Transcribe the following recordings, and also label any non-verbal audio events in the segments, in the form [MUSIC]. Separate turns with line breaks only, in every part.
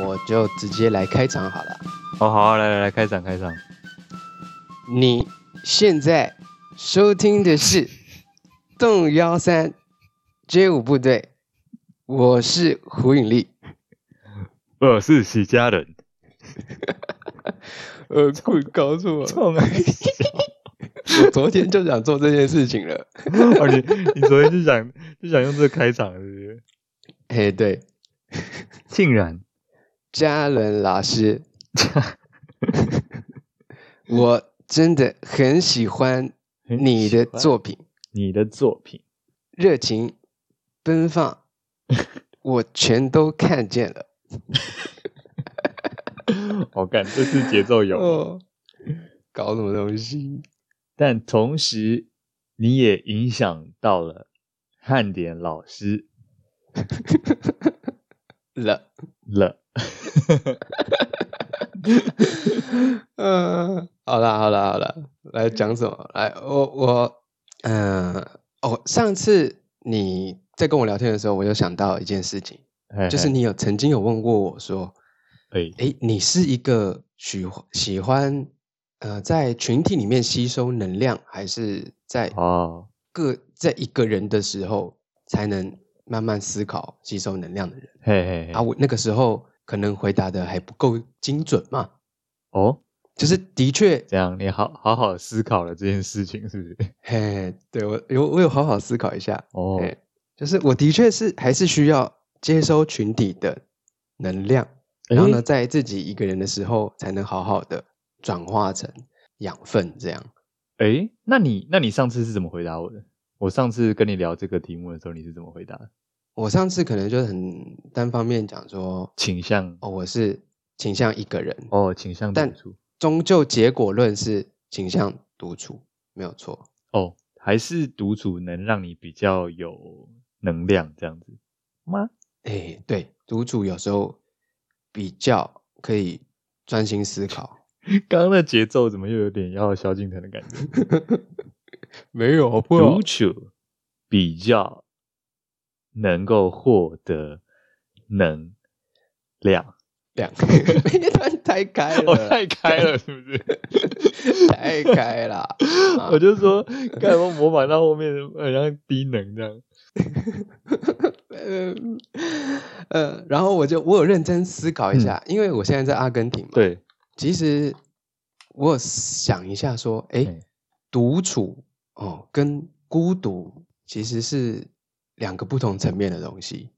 我就直接来开场好了。
好好啊，来来来，开场开场。
你现在收听的是动幺三街舞部队，我是胡引力。
我是许家人。
[LAUGHS] 呃，快告诉我，
[LAUGHS] 冲啊！
[LAUGHS] 我昨天就想做这件事情了。
而且你昨天就想就想用这个开场，是不是？
嘿，对，
竟然
嘉伦老 [LAUGHS] 师，我真的很喜欢你的作品，
你的作品，
热情奔 [LAUGHS] 放，我全都看见了。
我哦干，这次节奏有，
哦，搞什么东西？
但同时你也影响到了汉典老师
了，
了。
[LAUGHS] 嗯，好啦，好啦，好啦，来讲什么？来，我我，嗯、哦，上次你在跟我聊天的时候，我有想到一件事情，就是你有曾经有问过我说，
哎，
诶，你是一个喜欢喜欢呃在群体里面吸收能量，还是在
哦，
个在一个人的时候才能慢慢思考吸收能量的人？
嘿嘿嘿
啊，，我那个时候可能回答的还不够精准嘛，
哦，
就是的确，
这样你好好好思考了这件事情，是不是？
嘿，对我有我有好好思考一下，
哦，
嘿就是我的确是还是需要接收群体的能量，然后呢，
诶？
在自己一个人的时候才能好好的转化成养分，这样。
哎，那你那你上次是怎么回答我的？我上次跟你聊这个题目的时候，你是怎么回答的？
我上次可能就很单方面讲说，
倾向
哦，我是倾向一个人，
哦，倾向
但
独处
终究结果论是倾向独处，没有错。
哦，还是独处能让你比较有能量这样子吗？ [LAUGHS]
哎，对，独处有时候比较可以专心思考。
刚刚的节奏怎么又有点要萧敬腾的感觉？
没有，不
独处比较能够获得能量，
两他 [LAUGHS] 太开了
[LAUGHS] 我
啦，
太开了是不是？
太开了。
[LAUGHS]
啊
我就说，干嘛模仿到后面好像低能这样？
呃呃，然后我就我有认真思考一下，因为我现在在阿根廷嘛。，
嗯对，
其实我有想一下说，哎
嗯，
独处哦跟孤独其实是两个不同层面的东西。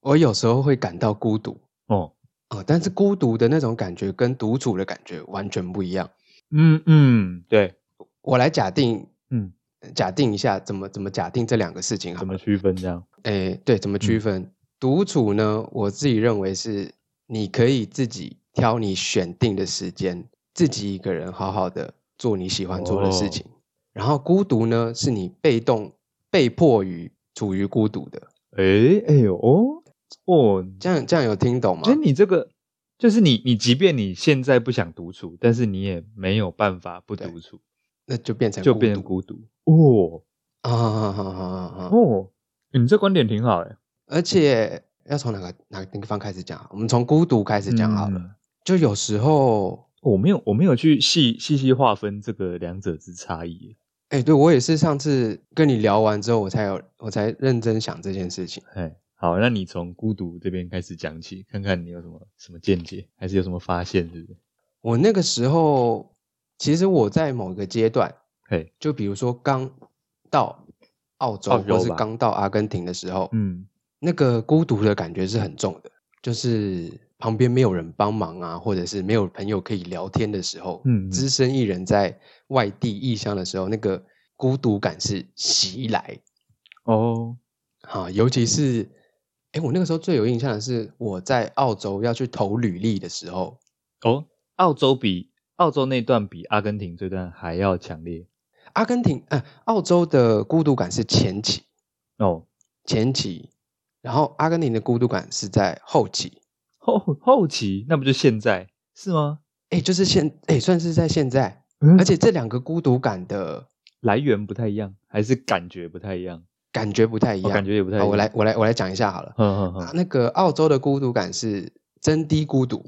我有时候会感到孤独，
哦，
哦，但是孤独的那种感觉跟独处的感觉完全不一样。
嗯嗯，对，
我来假定，
嗯，
假定一下怎么怎么假定这两个事情好
怎
了
么？区分这样？
诶，对，怎么
嗯
区分？独处呢？我自己认为是你可以自己挑你选定的时间，自己一个人好好的做你喜欢做的事
哦
情。然后孤独呢，是你被动、被迫于处于孤独的。
诶哎呦哦哦，
这样这样有听懂吗
所以？你这个就是你，你即便你现在不想独处，但是你也没有办法不独处，
那就变成
就
孤
变成
独
孤独。哦
啊啊啊啊啊啊！
哦，你这观点挺好哎，
而且要从哪个哪个地方开始讲啊？我们从孤独开始讲好了。
嗯
就有时候，
我没有，我没有去细细细划分这个两者之差异。
哎、对我也是上次跟你聊完之后，我才有我才认真想这件事情。
哎，好，那你从孤独这边开始讲起，看看你有什么什么见解，还是有什么发现，是不是？
我那个时候，其实我在某个阶段，
嘿，
就比如说刚到澳洲
澳洲
或是
吧
刚到阿根廷的时候，
嗯，
那个孤独的感觉是很重的，就是旁边没有人帮忙啊，或者是没有朋友可以聊天的时候，
嗯嗯
只身一人在外地异乡的时候，那个孤独感是袭来
哦，
啊，尤其是，哎，我那个时候最有印象的是我在澳洲要去投履历的时候，
哦，澳洲比澳洲那段比阿根廷这段还要强烈
阿根廷，呃，澳洲的孤独感是前期，
哦。
前期，然后阿根廷的孤独感是在后期，
后后期那不就现在是吗？
哎，就是现，哎，算是在现在。
嗯
而且这两个孤独感的
来源不太一样，还是感觉不太一样？
感觉不太一
我、
样。
哦感觉也不太一
好，
样。嗯
我来，我来，我来讲一下好了。
哼哼
啊
哼，
那个澳洲的孤独感是真低孤独，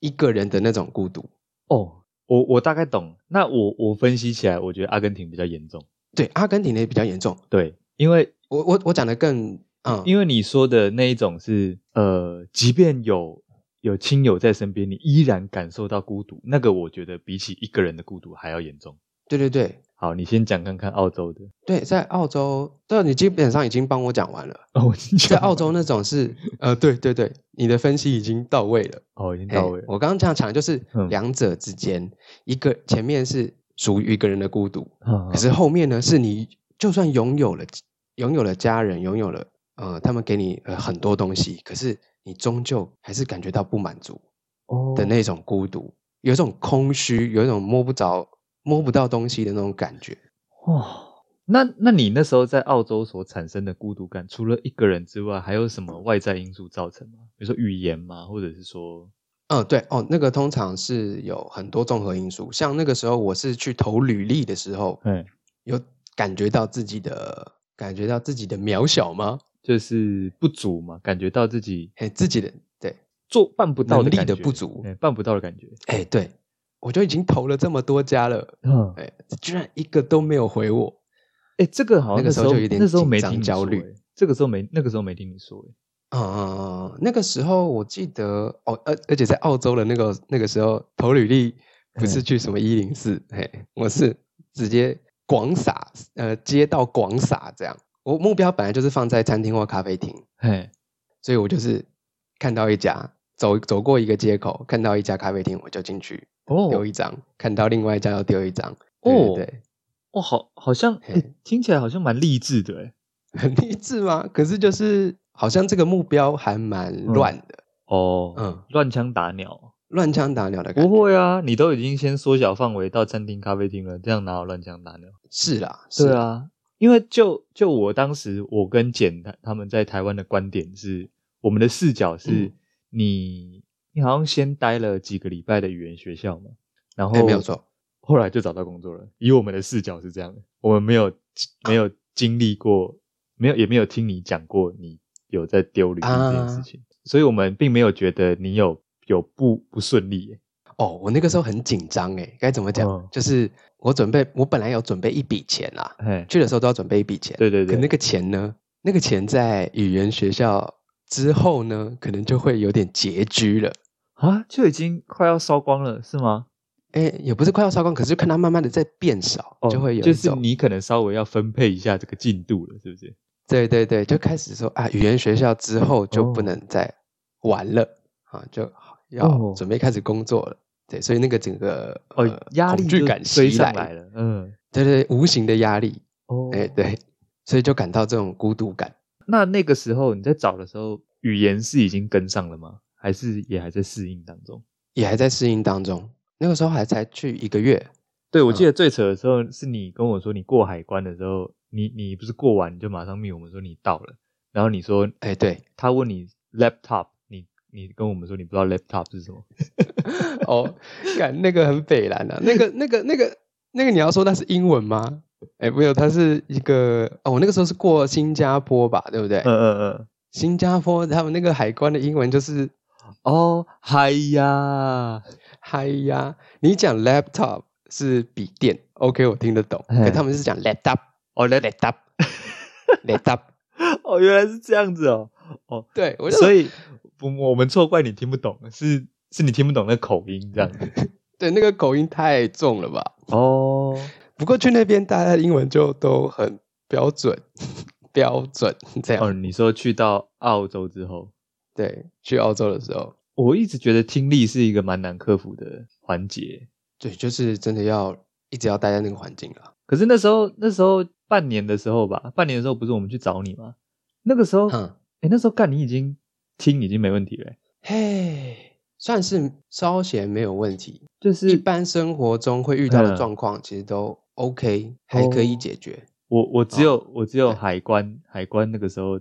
一个人的那种孤独。
哦，我我大概懂。那我我分析起来，我觉得阿根廷比较严重。
对，阿根廷的也比较严重。
对，因为
我我我讲的更嗯，
因为你说的那一种是呃，即便有有亲友在身边，你依然感受到孤独。那个我觉得比起一个人的孤独还要严重。
对对对
好，你先讲看看澳洲的。
对，在澳洲，对，你基本上已经帮我讲完了。
[LAUGHS] 哦，我已经
在
讲
澳
完
洲那种是呃，对对对，你的分析已经到位了。
哦，已经到
哎
位了。
我刚刚这样讲就是
嗯
两者之间，一个前面是属于一个人的孤独，
啊
可是后面呢，是你就算拥有了拥有了家人，拥有了呃，他们给你呃很多东西，可是你终究还是感觉到不满足
哦
的那种孤独，有一种空虚，有一种摸不着、摸不到东西的那种感觉。
哦，那那你那时候在澳洲所产生的孤独感，除了一个人之外，还有什么外在因素造成吗？比如说语言吗？或者是说，
嗯，对哦，那个通常是有很多综合因素，像那个时候我是去投履历的时候，
嗯，
有感觉到自己的感觉到自己的渺小吗？
就是不足嘛，感觉到自己
哎，自己的对，
做办不到的
能力
感
的
觉
不足
哎办不到的感觉。
哎，对我就已经投了这么多家了，
嗯，
哎，居然一个都没有回我。
哎，这个好像
那个
时
时候
候
就有点
那时候没
紧张
听你
焦
说
虑
哎这个时候没那个时候没听你说哎
嗯嗯嗯嗯，那个时候我记得哦，而而且在澳洲的那个那个时候投履历不是
嗯
去什么一零四，嘿，我是直接广撒，呃，街道广撒这样。我目标本来就是放在餐厅或咖啡厅，
嘿，
所以我就是看到一家，走走过一个街口，看到一家咖啡厅，我就进去丢
哦
一张，看到另外一家又丢一张，对对
哦
对， [LAUGHS]
哦，好，好像
嘿
哎
嗯
听起来好像蛮励志的哎。
很励志吗？可是就是好像这个目标还蛮乱的，
哦，
嗯，
乱枪打鸟。
乱枪打鸟的感
不
觉。
会啊，你都已经先缩小范围到餐厅、咖啡厅了，这样哪有乱枪打鸟？
是啦，是
对，啊，因为就就我当时，我跟简他他们在台湾的观点是，我们的视角是
嗯
你、你好像先待了几个礼拜的语言学校嘛，然
哎、
后
没有错，
后来就找到工作了。以我们的视角是这样的，我们没有没有经历过，没有也没有听你讲过你有在丢履历这件事
啊
情，所以我们并没有觉得你有有不不顺利耶、
哦，我那个时候很紧张哎，该怎么讲？
嗯
就是我准备，我本来有准备一笔钱啦，
嘿，
去的时候都要准备一笔钱。
对对对，
可那个钱呢？那个钱在语言学校之后呢，可能就会有点拮据了。
啊，就已经快要烧光了，是吗？
哎，也不是快要烧光，可是就看它慢慢的在变少，就会有
哦就
一
是
种
你可能稍微要分配一下这个进度了，是不是？
对对对，就开始说啊，语言学校之后就不
哦
能再玩了、啊，就
哦
要准备开始工作了。对，所以那个整个
哦
呃，
压力
恐惧
就
感
追
袭
上
来
来，了，嗯，
对对，对无形的压力，
哦
哎、对， [LAUGHS] 所以就感到这种孤独感。
那那个时候你在找的时候，语言是已经跟上了吗？还是也还在适应当中？
也还在适应当中。那个时候还才去一个月，
对，我记得最扯的时候是你跟我说，你过海关的时候，你你不是过完你就马上密我们说你到了，然后你说
哎，对，
他问你 laptop，你你跟我们说你不知道 laptop 是什么，
哦，感那个很北蓝啊，那个那个那个那个，你要说它是英文吗？哎，没有，它是一个哦，我那个时候是过新加坡吧，对不对？
嗯嗯嗯，
新加坡他们那个海关的英文就是
哦，嗨呀，
嗨呀，你讲 laptop 是笔电，OK，我听得懂，可
嗯
他们是讲 laptop
哦 laptop，
laptop
[LAUGHS]
laptop，
哦原来是这样子哦，
对我就
所以不，我们错怪你听不懂，是是你听不懂那口音这样子。
对那个口音太重了吧？
[LAUGHS] 哦，
不过去那边大家的英文就都很标准， [LAUGHS] 标准这样。
哦，你说去到澳洲之后，
对，去澳洲的时候，
我一直觉得听力是一个蛮难克服的环节。
对，就是真的要一直要待在那个环境了。
可是那时候，那时候半年的时候吧，半年的时候不是我们去找你吗？那个时候，哎、
嗯，
那时候干你已经听已经没问题了欸、
嘿，算是稍显没有问题。
就
一
是
般生活中会遇到的
嗯
状况，其实都 OK，还可以
哦
解决。
我我只有、我只有
哦对
海关海关那个时候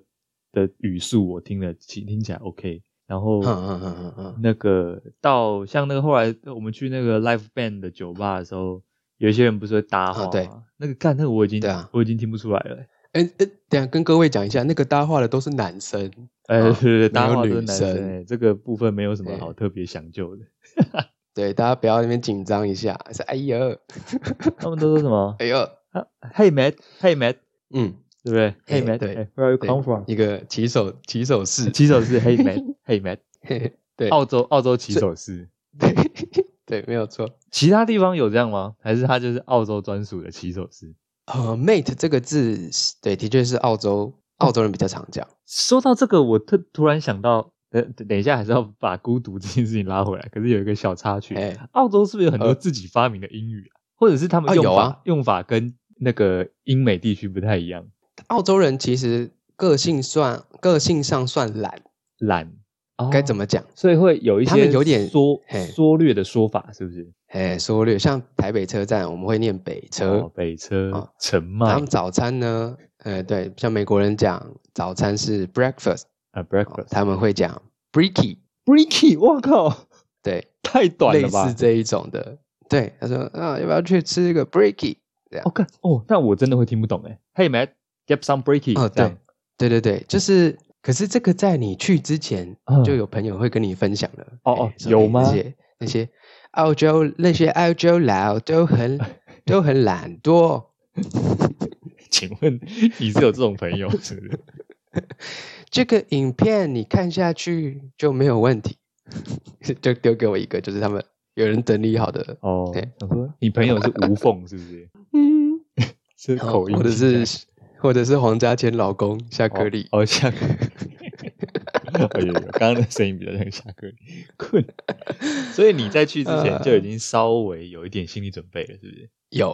的语速，我听了起听起来 OK，然后。
嗯嗯嗯嗯嗯，
那个到像那个后来我们去那个 l i f e band 的酒吧的时候，有一些人不是会搭话吗、
啊对
那个干那个我已经
对啊嗯
我已经听不出来了欸、
哎哎，等一下跟各位讲一下，那个搭话的都是男生，
呃，
哦
对对，大家
没有
话都是
女
男
生
哎这个部分没有什么
对
好特别想
[LAUGHS]
究的。
对，大家不要那边紧张一下，是哎呦，
他们都说什么
哎呦，
啊？Hey Matt，Hey Matt，
嗯，
对不对
哎
？Hey Matt，
对
哎，Where are you
对
come from？
一个起手起手式，
骑手是 Hey
[LAUGHS]
Matt，Hey Matt，
对
澳洲澳洲骑手是。
对 [LAUGHS] 对，没有错。
其他地方有这样吗？还是他就是澳洲专属的骑手是？
呃，mate 这个字是，对，的确是澳洲澳洲人比较常讲。
说到这个，我特突然想到，等等一下还是要把孤独这件事情拉回来。可是有一个小插曲，
哎，
澳洲是不是有很多
呃
自己发明的英语啊？或者是他们
啊
用法、
有啊
用法跟那个英美地区不太一样？
澳洲人其实个性算个性上算懒，
懒、哦
该怎么讲？
所以会有一
他
些
们有点
缩
嘿
缩略的说法，是不是？
哎，缩略，像台北车站我们会念北
哦
车，，
北车、
啊
陈
他
麦
们早餐呢，呃，对，像美国人讲早餐是 breakfast，
啊
哦
，breakfast，
他们会讲 breaky，
breaky，我靠，
对，
太短
类
了吧
似？这一种的。对，他说啊，要不要去吃一个 breaky？
哦，看哦，那我真的会听不懂哎。Hey Matt，get some breaky，
哦
这样
对对对，就是，可是这个在你去之前
嗯，
就有朋友会跟你分享了。
哦
哎
哦
说
有
哎
吗
那些那些澳洲那些澳洲佬都
[LAUGHS]
很都很懒惰，
[LAUGHS] 请问你是有这种朋友是不是？
这个影片你看下去就没有问题。就丢给我一个，就是他们有人整理好的，
哦
对，
想说你朋友是无缝是不是？
嗯，
[LAUGHS] 是口音
或者
听起来
是或者是黄家千老公夏克力，
哦，哦下课。哎呦，刚刚的声音比较像下课困。所以你在去之前就已经稍微有一点心理准备了，是不是？
有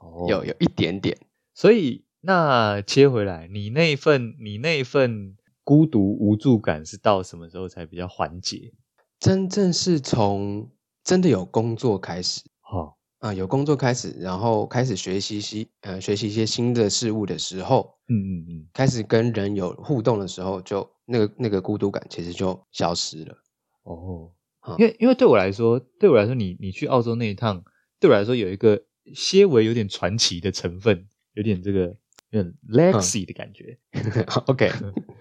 哦
有。有一点点。
所以那切回来，你那一份你那一份孤独无助感是到什么时候才比较缓解？
真正是从真的有工作开始
哦，
啊、有工作开始，然后开始学习新呃学习一些新的事物的时候，
嗯嗯嗯，
开始跟人有互动的时候，就那个那个孤独感其实就消失 [LAUGHS] 了。
哦
啊，
因为因为对我来说，对我来说，你你去澳洲那一趟，对我来说有一个些微有点传奇的成分，有点这个有
嗯
点 legacy 的感觉，
[LAUGHS] OK，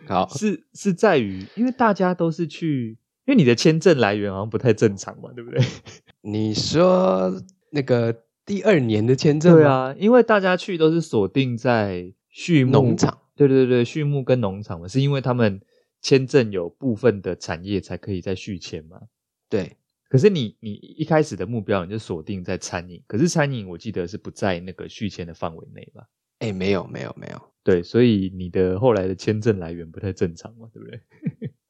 好，
是是在于，因为大家都是去，因为你的签证来源好像不太正常嘛，对不对？ [LAUGHS]
你说那个第二年的签证
对
吗，
啊，因为大家去都是锁定在畜牧
农场，
对对对，畜牧跟农场嘛，是因为他们签证有部分的产业才可以再续签嘛。
对
可是你你一开始的目标你就锁定在餐饮，可是餐饮我记得是不在那个续签的范围内吧？
哎，没有没有没有，
对，所以你的后来的签证来源不太正常嘛，对不对？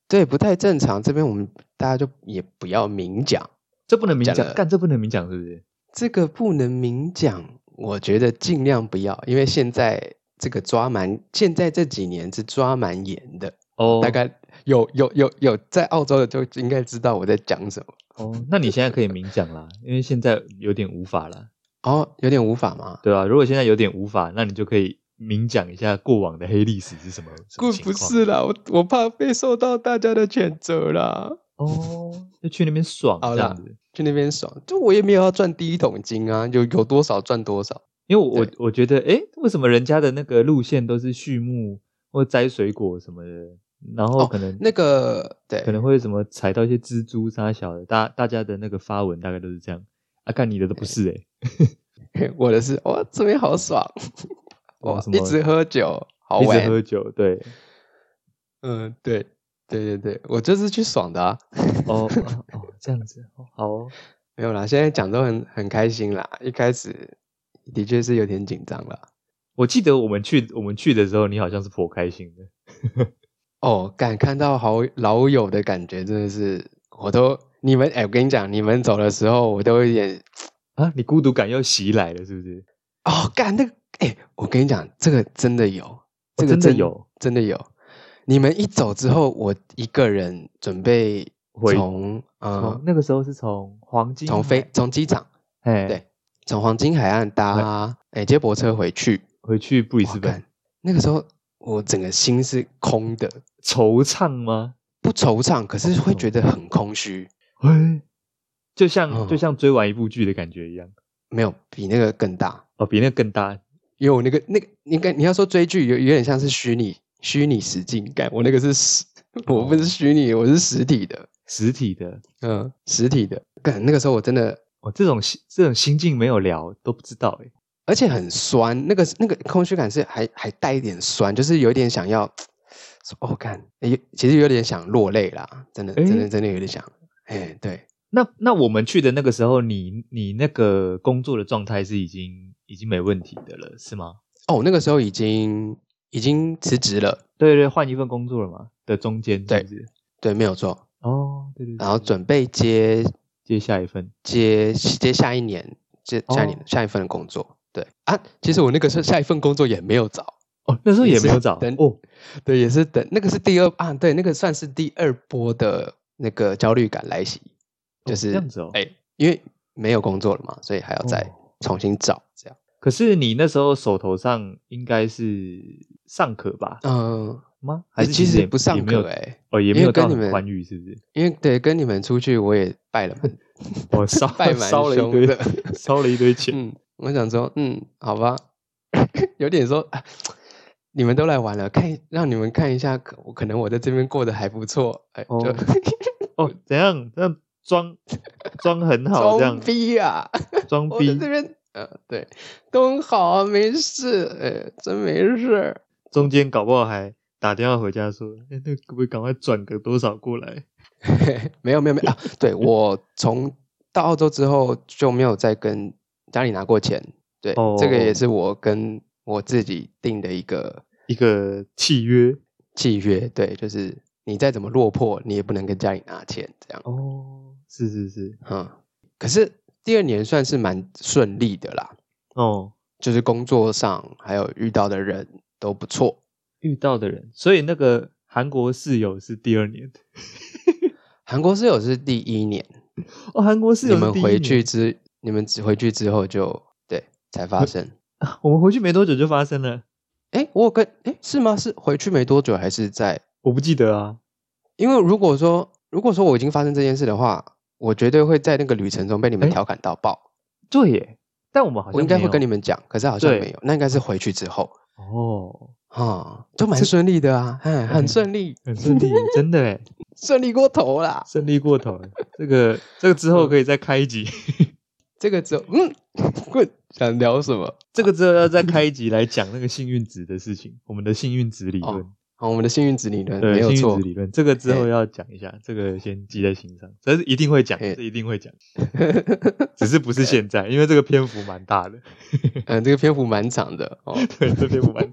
对，不太正常。这边我们大家就也不要明讲，
这不能明
讲
讲，
了
干这不能明讲是不是？
这个不能明讲，我觉得尽量不要，因为现在这个抓蛮，现在这几年是抓蛮严的，
哦，
大概有有有有在澳洲的就应该知道我在讲什么。
哦，那你现在可以明讲啦，因为现在有点无法啦，
哦，有点无法吗？
对吧、啊如果现在有点无法，那你就可以明讲一下过往的黑历史是什么什么
不
情
不
况？
是啦，我我怕被受到大家的谴责啦。
哦，就去那边爽
好
这
啦
样子。
去那边爽，就我也没有要赚第一桶金啊，有有多少赚多少。
因为我我
对
我觉得，诶，为什么人家的那个路线都是畜牧或摘水果什么的，然后
哦
可能、
那个对，
可能会什么踩到一些蜘蛛啥小的，大大家的那个发文大概都是这样。啊，看你的都不是
哎 [LAUGHS]
诶，
我的是哇，这边好爽，
[LAUGHS] 哇
哇
什，么
一直喝酒，好
一直
玩。
喝酒，对，
嗯，对，对对对，我就是去爽的啊，
哦哦哦，这样子，哦好哦，
没有啦，现在讲都很很开心啦，一开始的确是有点紧张啦。
我记得我们去我们去的时候，你好像是颇开心的，
哦，敢看到好老友的感觉，真的是我都你们哎、我跟你讲，你们走的时候，我都有点
啊，你孤独感又袭来了，是不是？
哦，干那个哎、我跟你讲，这个真的有，这个
哦真的有，
真的有。你们一走之后，我一个人准备
回
从呃
从哦那个时候是从黄金
从飞从机场
哎，
对从黄金海岸搭哎接驳车回去，
回去布里
哇
斯本
干那个时候我整个心是空的，
惆怅吗？
不惆怅，可是会觉得很空虚。
嘿，哎就像就
嗯
像追完一部剧的感觉一样，
没有比那个更大，
哦，比那更大
因为我那个那个应该你要说追剧有有点像是虚拟虚拟实境感，我那个是实 [LAUGHS] 我不是虚拟，我是实体的，
实体的，
嗯，实体的。干，那个时候我真的，
我、哦、这种心这种心境没有聊都不知道哎、欸，
而且很酸，那个那个空虚感是还还带一点酸，就是有一点想要，哦，干，也其实有点想落泪啦，真的，真的，真的有点想，哎、欸，对。
那那我们去的那个时候，你你那个工作的状态是已经已经没问题的了，是吗？
哦，那个时候已经已经辞职了，
对对，换一份工作了嘛的中间是
对啊
不是，
对，没有错。
哦，对对对
然后准备接
接下一份，
接接下一年接下一年、
哦
下一份工作，对啊，其实我那个时候下一份工作也没有找，
哦，那时候也没有找
也是等
哦，
对，也是等那个是第二啊，对，那个算是第二波的那个焦虑感来袭，就是、
这样子哦
哎、因为没有工作了嘛，所以还要再
哦
重新找这样。
可是你那时候手头上应该是尚可吧？
嗯、
吗？还是
其
实也
实不
也
上
没有
课哎、
哦，也
因
没
为
有
跟
到
你
很
们
宽裕，是不是？
因为对跟你们出去我也拜了蛮，
我烧 [LAUGHS]
拜蛮
烧了一
凶
堆
的，
[LAUGHS] 烧了一堆钱，
嗯，我想说，嗯，好吧， [LAUGHS] 有点说、啊，你们都来玩了，看让你们看一下，可可能我在这边过得还不错，哎、
哦
就
哦，怎样？这样 [LAUGHS] 装装很好，这
装
样
逼啊，
装
我在
逼
这，边，呃，对，都很好啊，没事，哎，真没事，
中间搞不好还打电话回家说，哎，那可不可以赶快转个多少过来？
[LAUGHS] 没有没有没有啊，对我从到澳洲之后就没有再跟家里拿过钱，对，这个
哦
也是我跟我自己定的一个
一个契约
契约，对，就是你再怎么落魄，你也不能跟家里拿钱这样。
哦，是是是，
嗯，可是第二年算是蛮顺利的啦，
哦，
就是工作上还有遇到的人都不错。
遇到的人，所以那个韩国室友是第二年
韩国室友是第一年，
哦，韩国室友
你
是
们
第一
回
年
去之，你们只回去之后就对才发生。
啊我们回去没多久就发生了，
哎，我有跟哎是吗？是回去没多久还是在？
我不记得啊，
因为如果说如果说我已经发生这件事的话，我绝对会在那个旅程中被你们
诶
调侃到爆。
对耶，但我们好像
我应该
没
会跟
有
你们讲，可是好像
对
没有，那应该是回去之后
哦，
啊，都蛮顺利的啊，哎，
嗯
很顺利，
[LAUGHS] 很顺利，真的哎。
顺利过头啦。
胜利过头了，这个这个之后可以再开一集，
这个只有嗯， [LAUGHS] 滚想聊什么？
[LAUGHS] 这个之后要再开一集来讲那个幸运值的事 [LAUGHS] 情，我们的幸运值理论，
好，我们的幸运值理论
对，
没有
幸运
错
值，理论，这个之后
嘿
要讲一下，这个先记在心上，这是一定会讲，
嘿
这一定会 [LAUGHS] 讲，只是不是现在，因为这个篇幅蛮大 [LAUGHS] 的，
嗯，这个篇幅蛮长的哦
对，这篇幅蛮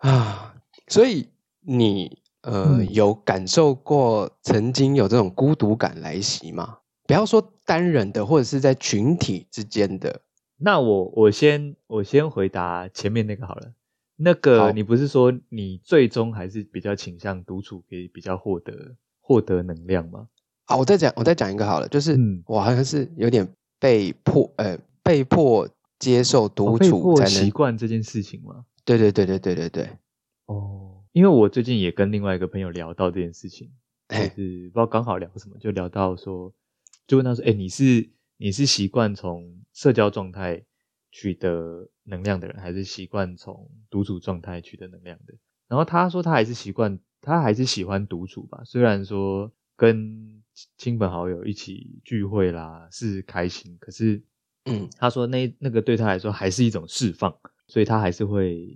大，
啊，所以你呃、
嗯
有感受过曾经有这种孤独感来袭吗？不要说单人的，或者是在群体之间的，
那我我先我先回答前面那个好了。那
好
个，你不是说你最终还是比较倾向独处，可以比较获得获得能量吗？
啊好，我再讲，我再讲一个好了，就是、
嗯
我好像是有点被迫，呃，被迫接受独
哦被
处
迫
才
习
能，
惯这件事情吗？
对对对对对对对，
哦，因为我最近也跟另外一个朋友聊到这件事情，就
哎
是不知道刚好聊什么，就聊到说，就问他说，哎、你是你是习惯从社交状态取得能量的人，还是习惯从独处状态取得能量的？然后他说他还是习惯，他还是喜欢独处吧，虽然说跟亲亲朋好友一起聚会啦是开心，可是
嗯，
他说那那个对他来说还是一种释放，所以他还是会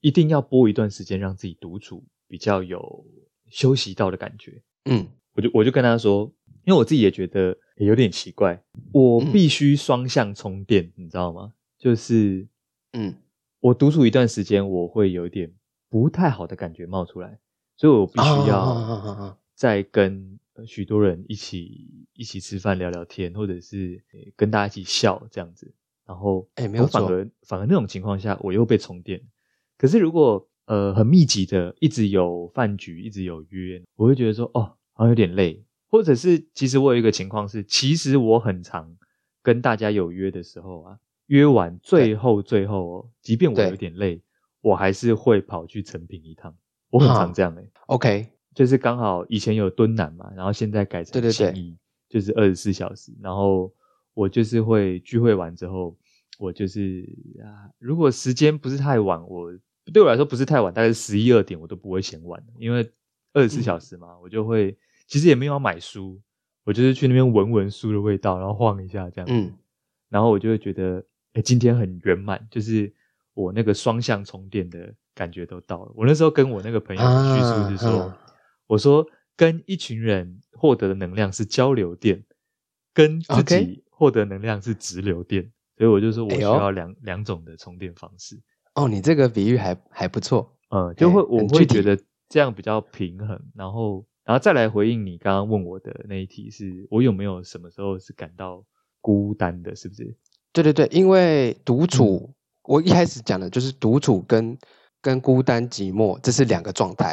一定要播一段时间让自己独处，比较有休息到的感觉。
嗯
我就我就跟他说，因为我自己也觉得也有点奇怪，我
嗯
必须双向充电，你知道吗？就是
嗯，
我独处一段时间，我会有点不太好的感觉冒出来，所以我必须
啊啊啊啊啊
要再跟呃许多人一起一起吃饭聊聊天，或者是呃跟大家一起笑这样子。然后，
哎没有
我反
错
而反而那种情况下，我又被充电。可是如果呃很密集的，一直有饭局，一直有约，我会觉得说哦，好像有点累。或者是其实我有一个情况是，其实我很常跟大家有约的时候啊，约完最后最后哦，即便我
对
有点累，我还是会跑去成品一趟。我很常这样哎、
，OK，
就是刚好以前有敦南嘛，然后现在改成
对对对
信义，就是二十四小时。然后我就是会聚会完之后，我就是啊，如果时间不是太晚，我对我来说不是太晚，大概是十一二点我都不会嫌晚，因为二十四
嗯
小时嘛，我就会其实也没有要买书，我就是去那边闻闻书的味道，然后晃一下这样，
嗯，
然后我就会觉得，哎，今天很圆满，就是我那个双向充电的感觉都到了。我那时候跟我那个朋友叙述是说，
啊
我说跟一群人获得的能量是交流电，跟自
OK
己获得能量是直流电，所以我就说我
哎
需
呦
要两、两种的充电方式。
哦，你这个比喻还还不错，
嗯，就会我
哎很
会
具体
觉得这样比较平衡，然后然后再来回应你刚刚问我的那一题是，我有没有什么时候是感到孤单的，是不是？
对对对，因为
嗯
独处，我一开始讲的就是独处跟跟孤单寂寞，这是两个状态，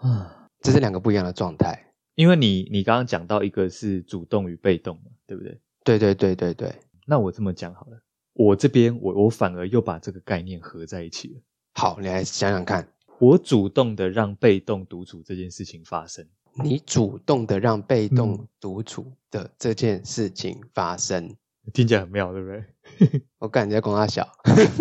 啊，
这是两个不一样的状态。
因为你你刚刚讲到一个是主动与被动嘛，对不对？
对对对对对，
那我这么讲好了，我这边我我反而又把这个概念合在一起了，
好，你来想想看，
我主动的让被动独处这件事情发生，
你主动的让被
嗯
动独处的这件事情发生，
听起来很妙，对不对？
我感觉光他小。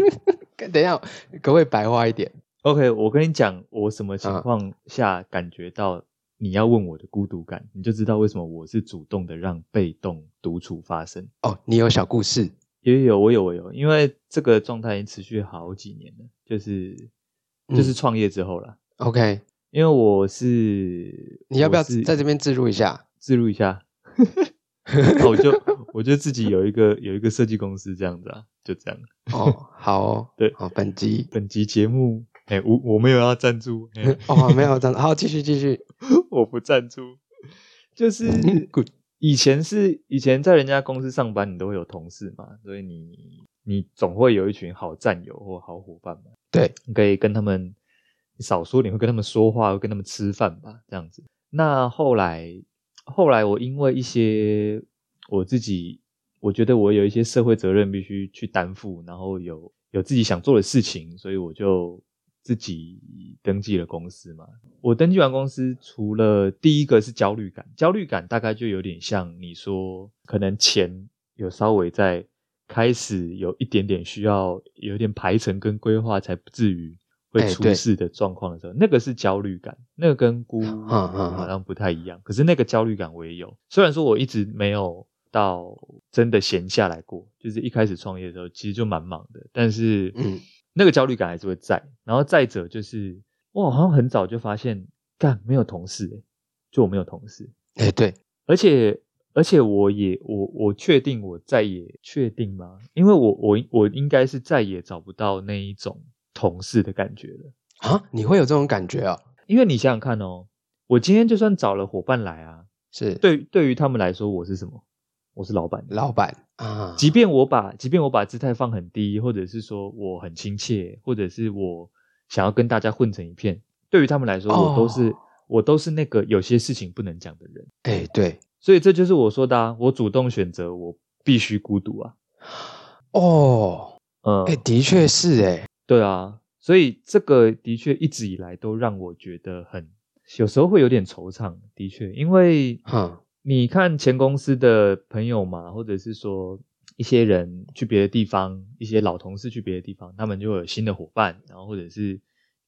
[LAUGHS] 等一下，可不可以白话一点？
OK，我跟你讲，我什么情况下感觉到你要问我的孤独感，你就知道为什么我是主动的让被动独处发生。
哦，你有小故事，
也有，我有，我有，因为这个状态已经持续好几年了，就是
嗯
就是创业之后啦。
OK，
因为我是，
你要不要
我是
在这边置入一下？
[LAUGHS] 自录一下？那我就我就自己有一个有一个设计公司这样子啊，就这样。 [LAUGHS]
哦，好哦，
对
好，本
[LAUGHS]
集
本集节目，哎、我我没有要赞助，哎、
[LAUGHS] 哦没有这样，好，继续继
[LAUGHS]
续，
我不赞助，
[LAUGHS]
就是
嗯 good
以前是以前在人家公司上班，你都会有同事嘛，所以你你总会有一群好战友或好伙伴嘛，
对，
你可以跟他们少说，你会跟他们说话，会跟他们吃饭吧，这样子。那后来后来我因为一些我自己，我觉得我有一些社会责任必须去担负，然后有有自己想做的事情，所以我就自己登记了公司嘛。我登记完公司，除了第一个是焦虑感，焦虑感大概就有点像你说，可能钱有稍微在开始有一点点需要有点排程跟规划，才不至于会
哎
出
对
事的状况的时候，那个是焦虑感，那个跟
[LAUGHS]
孤
嗯嗯嗯
好像不太一样。可是那个焦虑感我也有，虽然说我一直没有到真的闲下来过，就是一开始创业的时候其实就蛮忙的，但是
嗯
那个焦虑感还是会在。然后再者就是，我好像很早就发现，干没有同事、欸，就我没有同事，
哎对，
而且而且我也我我确定我再也确定吗？因为我我我应该是再也找不到那一种同事的感觉了。
啊，你会有这种感觉哦，
因为你想想看哦，我今天就算找了伙伴来啊，
是
对对于他们来说，我是什么？我是老板。
老板啊，
即便我把即便我把姿态放很低，或者是说我很亲切，或者是我想要跟大家混成一片，对于他们来说，
哦
我都是、我都是那个有些事情不能讲的人。
哎对，
所以这就是我说的、啊，我主动选择我必须孤独啊。
哦，
嗯，
哎的确是哎，
对啊，所以这个的确一直以来都让我觉得很，有时候会有点惆怅，的确，因为
哼
你看前公司的朋友嘛，或者是说一些人去别的地方，一些老同事去别的地方，他们就会有新的伙伴，然后或者是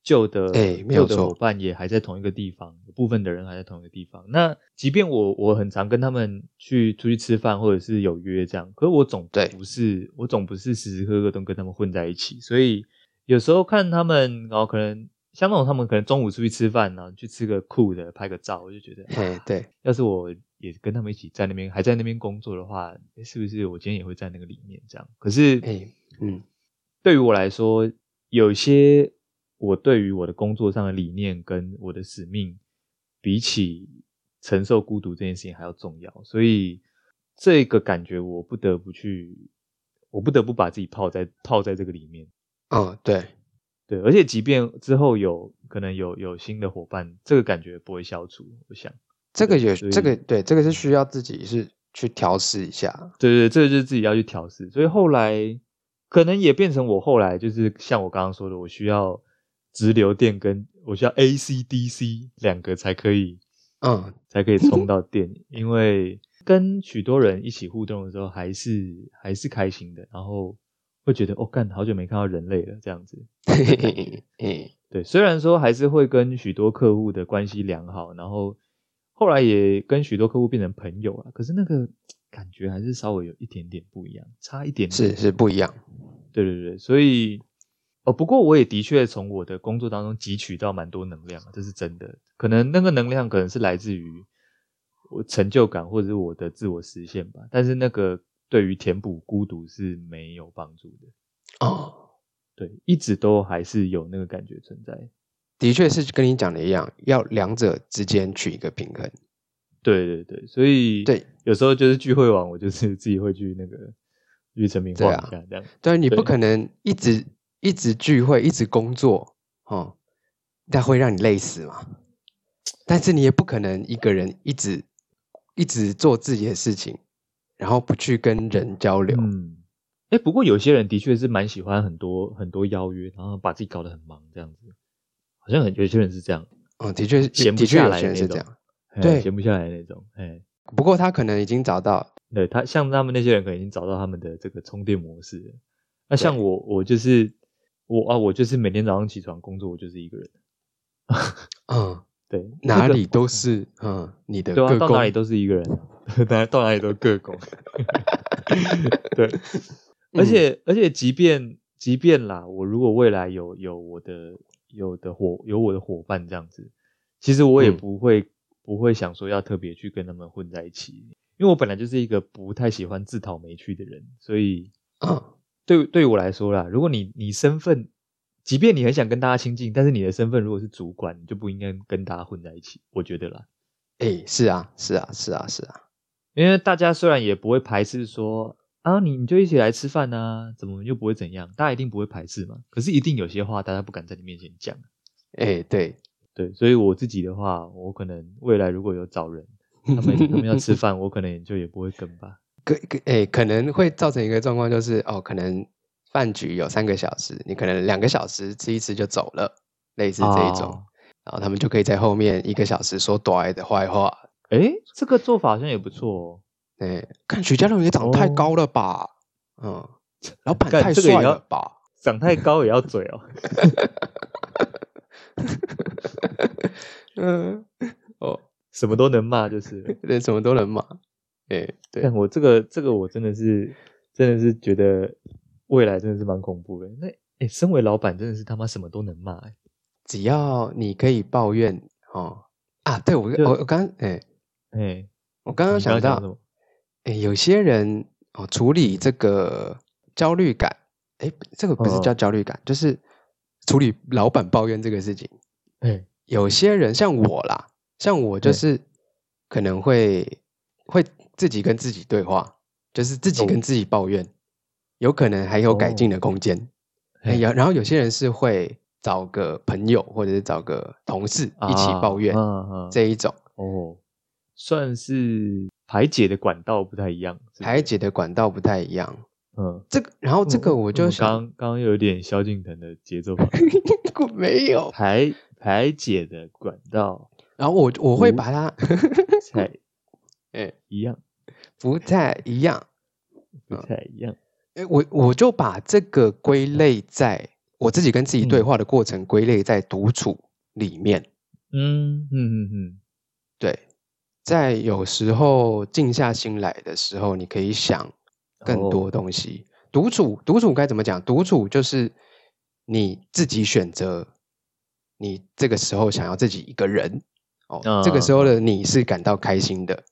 旧的、
哎没
旧
有
的
错
伙伴也还在同一个地方，有部分的人还在同一个地方。那即便我我很常跟他们去出去吃饭，或者是有约这样，可是我总
对
不是我总不是时时刻刻都跟他们混在一起，所以有时候看他们，然后可能。像那种他们可能中午出去吃饭然后去吃个酷的，拍个照，我就觉得，啊
哎对，
要是我也跟他们一起在那边，还在那边工作的话，诶是不是我今天也会在那个里面这样？可是
哎嗯
对于我来说，有些我对于我的工作上的理念跟我的使命，比起承受孤独这件事情还要重要，所以这个感觉我不得不去，我不得不把自己泡在泡在这个里面。
哦对，
对，而且即便之后有可能有有新的伙伴，这个感觉不会消除，我想。
这个
对
也
所以
这个对这个是需要自己是去调试一下，
对对，这个就是自己要去调试。所以后来可能也变成我后来就是像我刚刚说的，我需要直流电跟我需要 A C D C 两个才可以
嗯
才可以充到电，因为跟许多人一起互动的时候还是还是开心的，然后会觉得哦，干好久没看到人类了这样子。
嗯
对，虽然说还是会跟许多客户的关系良好，然后后来也跟许多客户变成朋友了，可是那个感觉还是稍微有一点点不一样，差一点点
是是不一样，
对对对，所以哦，不过我也的确从我的工作当中汲取到蛮多能量，这是真的。可能那个能量可能是来自于我成就感或者是我的自我实现吧，但是那个对于填补孤独是没有帮助的。
哦，
对，一直都还是有那个感觉存在。
的确是跟你讲的一样，要两者之间取一个平衡。
对对对，所以
对，
有时候就是聚会网，我就是 [LAUGHS] 自己会去那个去成品
对
晃
啊
一下这样。
但你
对
不可能一直一直聚会，一直工作，哦，那会让你累死嘛。但是你也不可能一个人一直一直做自己的事情，然后不去跟人交流。
嗯，哎，不过有些人的确是蛮喜欢很多很多邀约，然后把自己搞得很忙这样子，好像很有些人是这样，
嗯，的确是，
闲不
的确
下
有
来
些人
那
是
种
这样。
嘿
对
闲不下来那种，哎，
不过他可能已经找到，
对他像他们那些人可能已经找到他们的这个充电模式了，那像我我就是我啊我就是每天早上起床工作，我就是一个人，
嗯，
对，
哪
这个
里都是，嗯，你的
对啊，
各
到
工
哪里都是一个人、啊， [LAUGHS] 到到哪里都各工。对，
嗯
而且、而且，即便即便啦，我如果未来有有我的有的伙有我的伙伴这样子，其实我也
嗯
不会、不会想说要特别去跟他们混在一起，因为我本来就是一个不太喜欢自讨没趣的人，所以
嗯，
对对于我来说啦，如果你你身份，即便你很想跟大家亲近，但是你的身份如果是主管，你就不应该跟大家混在一起，我觉得啦。
哎，是啊，是啊，是啊，是啊，
因为大家虽然也不会排斥说啊，你你就一起来吃饭呐、怎么又不会怎样？大家一定不会排斥嘛。可是一定有些话大家不敢在你面前讲，啊
哎，对，
对。所以我自己的话，我可能未来如果有找人，他们他们要吃饭，我可能就也不会跟吧。
可可诶、可能会造成一个状况，就是哦，可能饭局有三个小时，你可能两个小时吃一吃就走了，类似这一种，
哦
然后他们就可以在后面一个小时说短的坏话。
诶，这个做法好像也不错哦。
哎，看许家龙也长得太
哦
高了吧，嗯，老板
干
太
这个也
帅
要
了吧，
长太高也要嘴哦。 [LAUGHS]
嗯，哦，
什么都能骂就是了。
人什么都能骂，哎，对
但，我这个这个我真的是真的是觉得未来真的是蛮恐怖的。那诶，身为老板真的是他妈什么都能骂、欸诶
只要你可以抱怨哦啊，对我
就
我我刚哎，
诶
我刚刚
你刚
想
刚讲
到
什。么
诶，有些人哦，处理这个焦虑感，诶，这个不是
嗯嗯
叫焦虑感，就是处理老板抱怨这个事情。
哎，
有些人像我啦，像我就
对
是可能会会自己跟自己对话，就是自己跟
哦
自己抱怨，有可能还有改
哦
进的空间。哎，
嘿
有，然后有些人是会找个朋友或者是找个同事一起抱怨
啊啊啊
这一种
哦，算是排解的管道不太一样，是不是
排，解的管道不太一样。
嗯，
这个，然后这个
嗯
我就
嗯
想，
刚刚有点萧敬腾的节奏吧，
我没有。
排排解的管道
然后我我会把它，
才
哎，
一样，
不太一样。
不太一样，
哎，我我就把这个归类在我自己跟自己对
嗯
话的过程，归类在独处里面。
嗯嗯嗯嗯，
对，在有时候静下心来的时候，你可以想更多东西。独处，独处该怎么讲？独处就是你自己选择，你这个时候想要自己一个人哦，这个时候的你是感到开心的，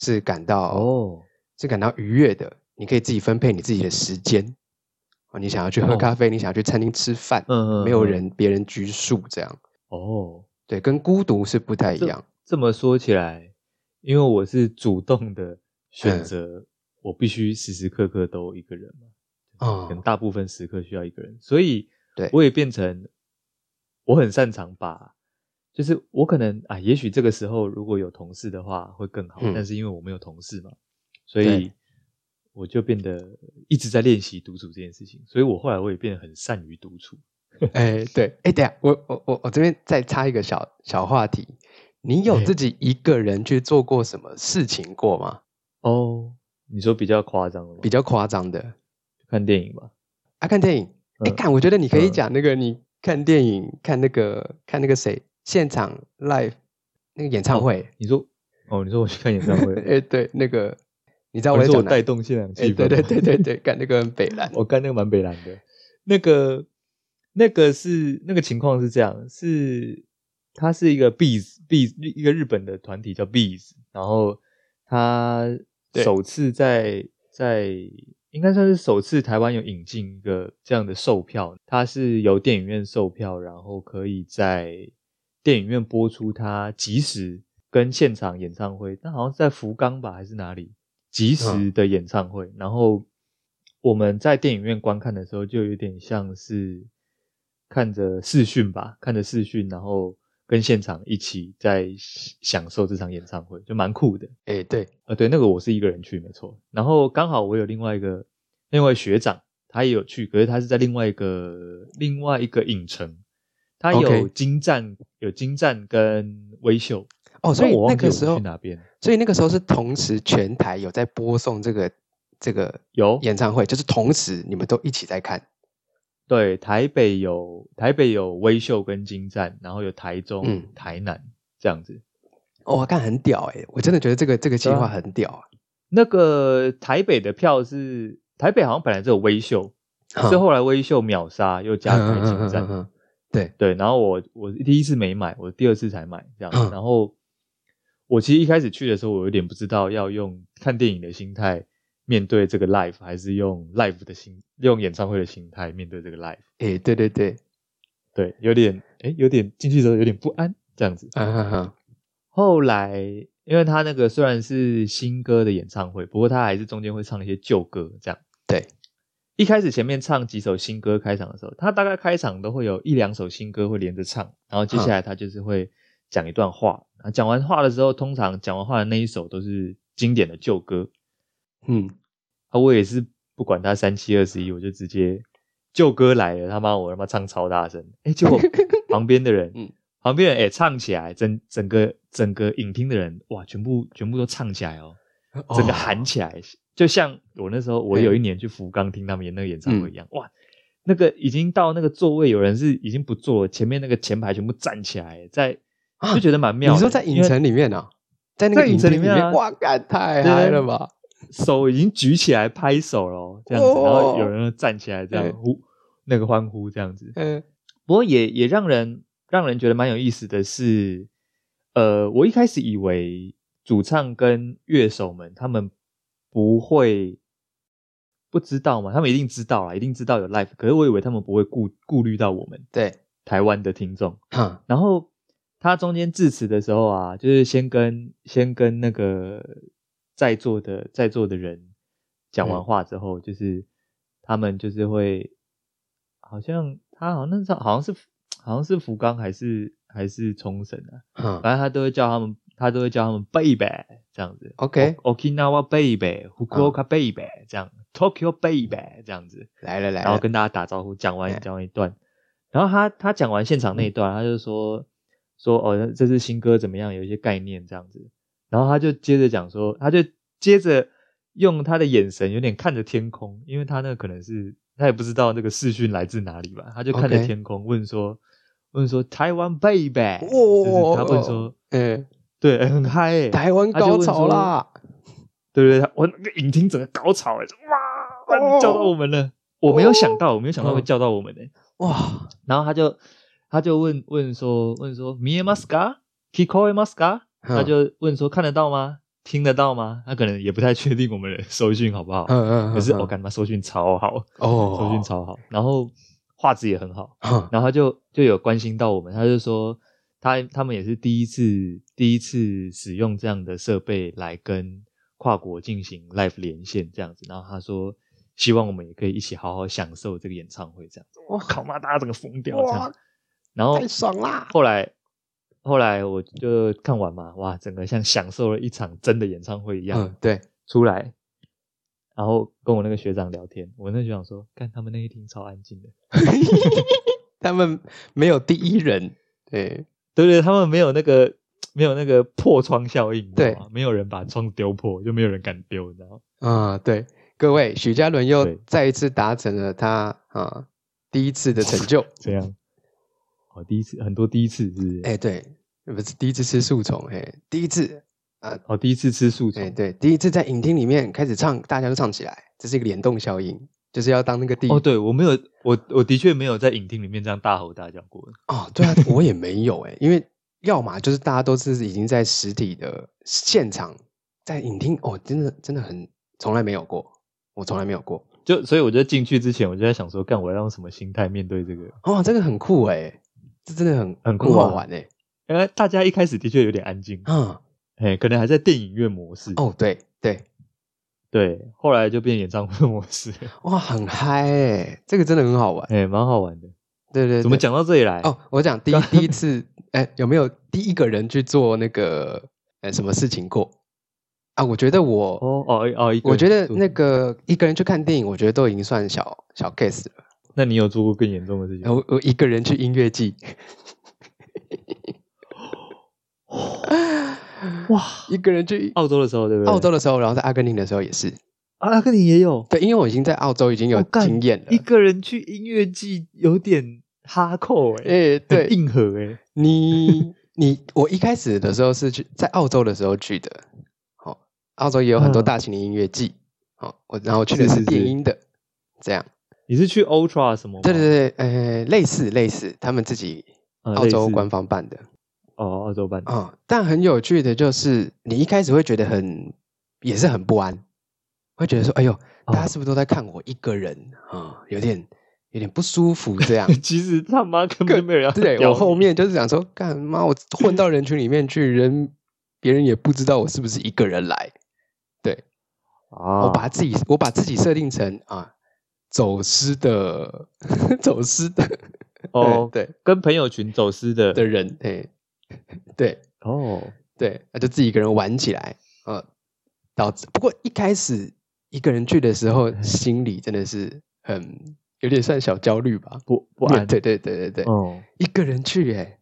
是感到
哦，
是感到愉悦的。你可以自己分配你自己的时间哦，你想要去喝
哦
咖啡，你想要去餐厅吃饭，
嗯，嗯
没有，
嗯
人别人拘束，这样
哦，
对，跟孤独是不太一样。
这么说起来，因为我是主动的选
嗯
择，我必须时时刻刻都一个人嘛，
哦
可能大部分时刻需要一个人，所以
对
我也变成我很擅长把，就是我可能啊，也许这个时候如果有同事的话会更好，
嗯
但是因为我没有同事嘛，所以
对
我就变得一直在练习独处这件事情，所以我后来我也变得很善于独处。
哎，对，哎，等一下，我我我我这边再插一个小小话题，你有
哎
自己一个人去做过什么事情过吗？
哦，你说比较夸张了吗？
比较夸张的，
看电影吧。
啊，看电影。哎、
嗯
看，我觉得你可以
嗯
讲那个，你看电影，看那个，看那个谁，现场 live 那个演唱会。
你说哦，你说我去看演唱会
[LAUGHS] 哎、，对，那个你知道
哦
我
你
在
说我
讲哪？
带动现场
哎
气
对
氛，
对对对对，看那个很北蓝。
我干那个蛮北蓝的，那个那个是那个情况是这样，是它是一个 Bees Bees 一个日本的团体叫 Bees，然后他
对
首次在在应该算是首次台湾有引进一个这样的售票，它是由电影院售票，然后可以在电影院播出它即时跟现场演唱会，但好像是在福冈吧还是哪里即
嗯
时的演唱会，然后我们在电影院观看的时候，就有点像是看着视讯吧，看着视讯，然后跟现场一起在享受这场演唱会，就蛮酷的。
哎、对，
呃，对，那个我是一个人去，没错。然后刚好我有另外一个另外一个学长，他也有去，可是他是在另外一个另外一个影城，他有
OK
金站有金站跟微秀，
哦，所
那
以
我忘
那
记
个
我
时
们
候
去，哪边
所以那个时候是同时全台有在播送这个这个
有
演唱会，就是同时你们都一起在看。
对，台北有台北有微秀跟金站，然后有台中、
嗯
台南这样子。
哦，看很屌哎、我真的觉得这个这个计
对啊
划很屌啊。
那个台北的票是台北好像本来只有微秀，
嗯
是后来微秀秒杀又加台金
嗯嗯嗯
站，
嗯嗯对，
对，然后我我第一次没买，我第二次才买这样。
嗯
然后我其实一开始去的时候，我有点不知道要用看电影的心态面对这个 live，还是用 live 的心用演唱会的心态面对这个 live。
[LAUGHS] 哎、对对对， [LAUGHS]
对，有点哎，有点进去的时候有点不安这样子。
嗯嗯嗯，
后来，因为他那个虽然是新歌的演唱会，不过他还是中间会唱一些旧歌这样。
对，
一开始前面唱几首新歌开场的时候，他大概开场都会有一两首新歌会连着唱，然后接下来他就是会讲一段话，然后讲完话的时候，通常讲完话的那一首都是经典的旧歌。
嗯，
[LAUGHS] 啊，我也是不管他三七二十一，我就直接旧歌来了，他妈我他妈唱超大声，哎、结果
[LAUGHS]
旁边的人，
嗯
旁边人哎、诶唱起来，整整个整个影厅的人哇，全部全部都唱起来哦，整个
哦
喊起来，就像我那时候我
嘿嗯
有一年去福冈听他们演那个演唱会一样，哇，那个已经到那个座位，有人是已经不坐了，前面那个前排全部站起来，在
啊
就觉得蛮妙的、
你说在
因
影
为
城里面啊，在那
在
个
影
影
城
城里
里面
面，
啊
哇，干太
对
嗨了吧！
手已经举起来拍手了，这样子，
哦
然后有人站起来这样
对
呼那个欢呼这样子。
嗯
不过也也让人让人觉得蛮有意思的是，呃，我一开始以为主唱跟乐手们他们不会不知道嘛，他们一定知道啦，一定知道有 live，可是我以为他们不会顾顾虑到我们
对，
台湾的听众。
哈，
然后他中间致辞的时候啊，就是先跟先跟那个在座的在座的人讲完
嗯
话之后，就是他们就是会，好像他好像那时候好像是好像是福冈还是还是冲绳啊，
哈
反正他都会叫他们他都会叫他们 baby 这样子
OK
Okinawa baby、Fukuoka baby 这样，Tokyo baby 这样子。
来了来
然后
了，
跟大家打招呼，讲完
哎嗯
讲完一段，然后他他讲完现场那一段，他就说说哦，这是新歌怎么样，有一些概念这样子，然后他就接着讲说，他就接着用他的眼神有点看着天空，因为他那个可能是他也不知道那个视讯来自哪里吧，他就看着
OK
天空问说问说台湾 baby，就是
哦
他问说
嗯，
对很嗨欸，
台湾
他就
高
问
潮
说
啦，
对不对？他我那个影厅整个高潮哎、哇，
哦
哇你叫到我们了，我没有想到，我没有想到会
嗯
叫到我们哎、
哇，
然后他就他就问问说问说見えますか？聞こえますか？他
嗯
就问说看得到吗？听得到吗？他可能也不太确定我们的收讯好不好，
嗯嗯，
可是
嗯
我感觉收讯超好，
哦，嗯
收讯超好，然后画质也很好，
哈，
然后他就就有关心到我们，他就说他他们也是第一次第一次使用这样的设备来跟跨国进行 live 连线这样子，然后他说希望我们也可以一起好好享受这个演唱会这样子。我靠妈，大家整个疯掉这样
哇。
然后
太爽啦！
后来后来我就看完嘛，哇，整个像享受了一场真的演唱会一样、
嗯，
[LAUGHS]
对，
出来。然后跟我那个学长聊天，我那个学长说，看他们那一厅超安静的，
他们没有第一人，对，
对对，他们没有那个没有那个破窗效应，你知道
对
吗没有人把窗丢破，就没有人敢丢，你知道吗？
啊对，各位，许家伦又
对
再一次达成了他啊第一次的成就。
这样。哦，第一次很多第一次是不是？
哎、对，不是第一次吃树虫，哎、第一次，
哦，第一次吃素
哎、
虫。
对，第一次在影厅里面开始唱，大家都唱起来，这是一个联动效应，就是要当那个第一。
哦，对，我没有，我我的确没有在影厅里面这样大吼大叫过。
哦对啊，我也没有哎、因为要么就是大家都是已经在实体的现场，在影厅，哦，真的真的很从来没有过，我从来没有过。
就所以我就进去之前，我就在想说，干我要用什么心态面对这个？
哦，这个很酷哎、这真的很
很酷
好
啊
玩哎、
原来大家一开始的确有点安静，
嗯，
哎，可能还在电影院模式。，
哦，对对，
对，后来就变演唱会模
[LAUGHS]
式，
哇，很嗨哎、这个真的很好玩。
哎，蛮好玩的。
对对对，
怎么讲到这里来？
哦，我讲第一第一次，哎，有没有第一个人去做那个呃什么事情过啊？我觉得我，
哦哦哦，一个
我觉得
人住
那个一个人去看电影，我觉得都已经算小小 case 了。
那你有做过更严重的事情？
我我一个人去音乐季，
哇，
一个人去
澳洲的时候对不对？
哦澳洲的时候，然后在阿根廷的时候也是，
啊，阿根廷也有
对，因为我已经在澳洲已经有
哦干
经验了
一。个人去音乐季，有点哈扣哎，
哎，
很
对
硬核哎，
你你我一开始的时候是去在澳洲的时候去的，哦，澳洲也有很多
嗯
大型的音乐季，哦，我然后去的
是
是
是
电
是
音的，这样。
你是去 Ultra 什么吗？
对对对，呃，类似类似，他们自己
呃，
澳洲
类似
官方办的
哦，澳洲办的。
啊、哦但很有趣的就是，你一开始会觉得很，也是很不安，会觉得说，哎呦，大家是不是都在看我一个人啊、有点有点不舒服这样
[LAUGHS] [LAUGHS] 其实他妈根本就没有人要
对
屌
我
你
后面就是想说，干妈我混到人群里面去，人别人也不知道我是不是一个人来，
啊，
我把自己我把自己设定成啊走失的 [LAUGHS] 走失的
哦
对
跟朋友群走私的
对的人，
[LAUGHS]
哎，对。
哦，
对，那就自己一个人玩起来，呃，导致不过一开始一个人去的时
嗯
候，心里真的是很有点算小焦虑吧，
不不安
对对对对对，
哦
一个人去耶，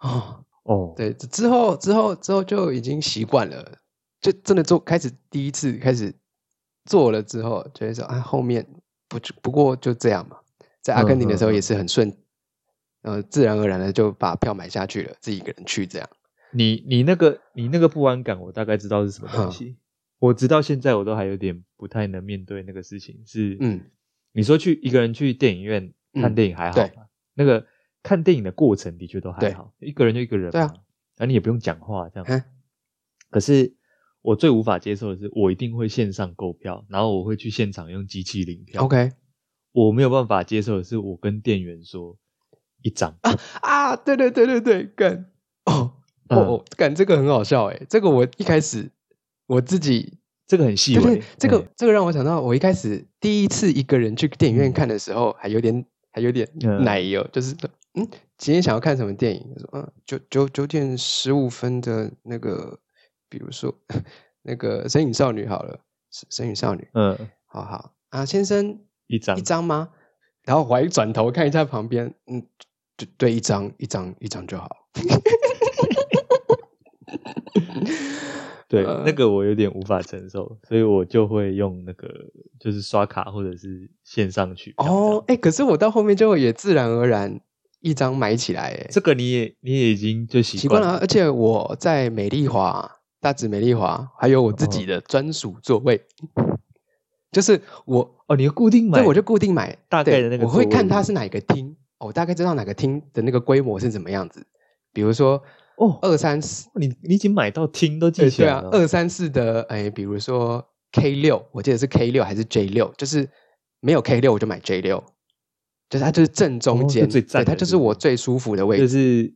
哦，
哦，
对，之后之后之后就已经习惯了，就真的做开始第一次开始做了之后，就会说啊，后面不就不过就这样嘛，在阿根廷的时候
嗯嗯嗯
也是很顺，呃，自然而然的就把票买下去了，自己一个人去这样。
你你那个你那个不安感，我大概知道是什么东西。我直到现在我都还有点不太能面对那个事情，是
嗯，
你说去一个人去电影院看
嗯
电影还好
对
吧？那个看电影的过程的确都还
对
好，一个人就一个人嘛，
对啊
然后你也不用讲话这
嗯
样。可是我最无法接受的是，我一定会线上购票，然后我会去现场用机器领票。
OK，
我没有办法接受的是，我跟店员说一张，
啊，对对对对对，干哦哦
嗯
哦，干这个很好笑哎，这个我一开始我自己嗯
这个很细
对
微
对，，这个
哎
这个让我想到我一开始第一次一个人去电影院看的时候，还有点还有点
嗯
奶油，就是嗯，今天想要看什么电影？我说嗯，九九九点十五分的那个，比如说 [LAUGHS] 那个《神隐少女》好了，神《神隐少女》，
嗯，
好好啊，先生
一张
一张吗？然后我还转头看一下旁边，嗯，对对，一张一张一张就好。
对，
呃
那个我有点无法承受，所以我就会用那个就是刷卡或者是线上取票这样。
哦，哎，可是我到后面就也自然而然一张买起来，哎，
这个你也你也已经就习
习惯
惯
了。而且我在美丽华、大直美丽华，还有我自己
哦
的专属座位，就是我，呃
哦，你就固定买，
对，我就固定买
大
对
概的那个
我会
座位
看它
是
是哪个厅，哦我大概知道哪个厅的那个规模是怎么样子。比如说
哦，
二三四，
你你已经买到听都记
对
起
对
来
啊
了，，
二三四的，哎，比如说 K 六，我记得是 K 六还是 J 六，就是没有 K 六我就买 J 六，就是它就是正中
哦
间，
就最赞
对，
的
它就是
是不是
我最舒服的位
就
置。
是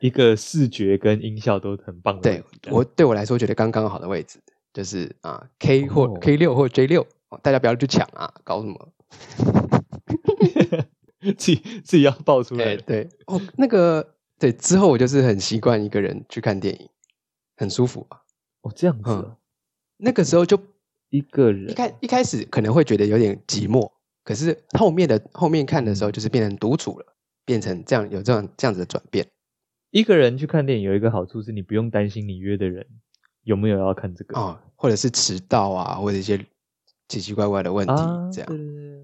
一个视觉跟音效都很棒的位
对
置。
我对我来说觉得刚刚好的位置，就是啊 K 或、
哦
K 六或 J 六，哦大家不要去抢啊，搞什么？
自己自己要爆出
对
来了，
对，哦，那个对之后我就是很习惯一个人去看电影，很舒服啊。
哦，这样子
嗯
哦，
那个时候就
一个人
一开一开始可能会觉得有点寂寞，可是后面的后面看的时候，
嗯
就是变成独处了，变成这样有这样这样子的转变。
一个人去看电影有一个好处是，你不用担心你约的人有没有要看这个。
啊哦，或者是迟到啊，或者一些奇奇怪怪的问题，
啊，
这样
对对对。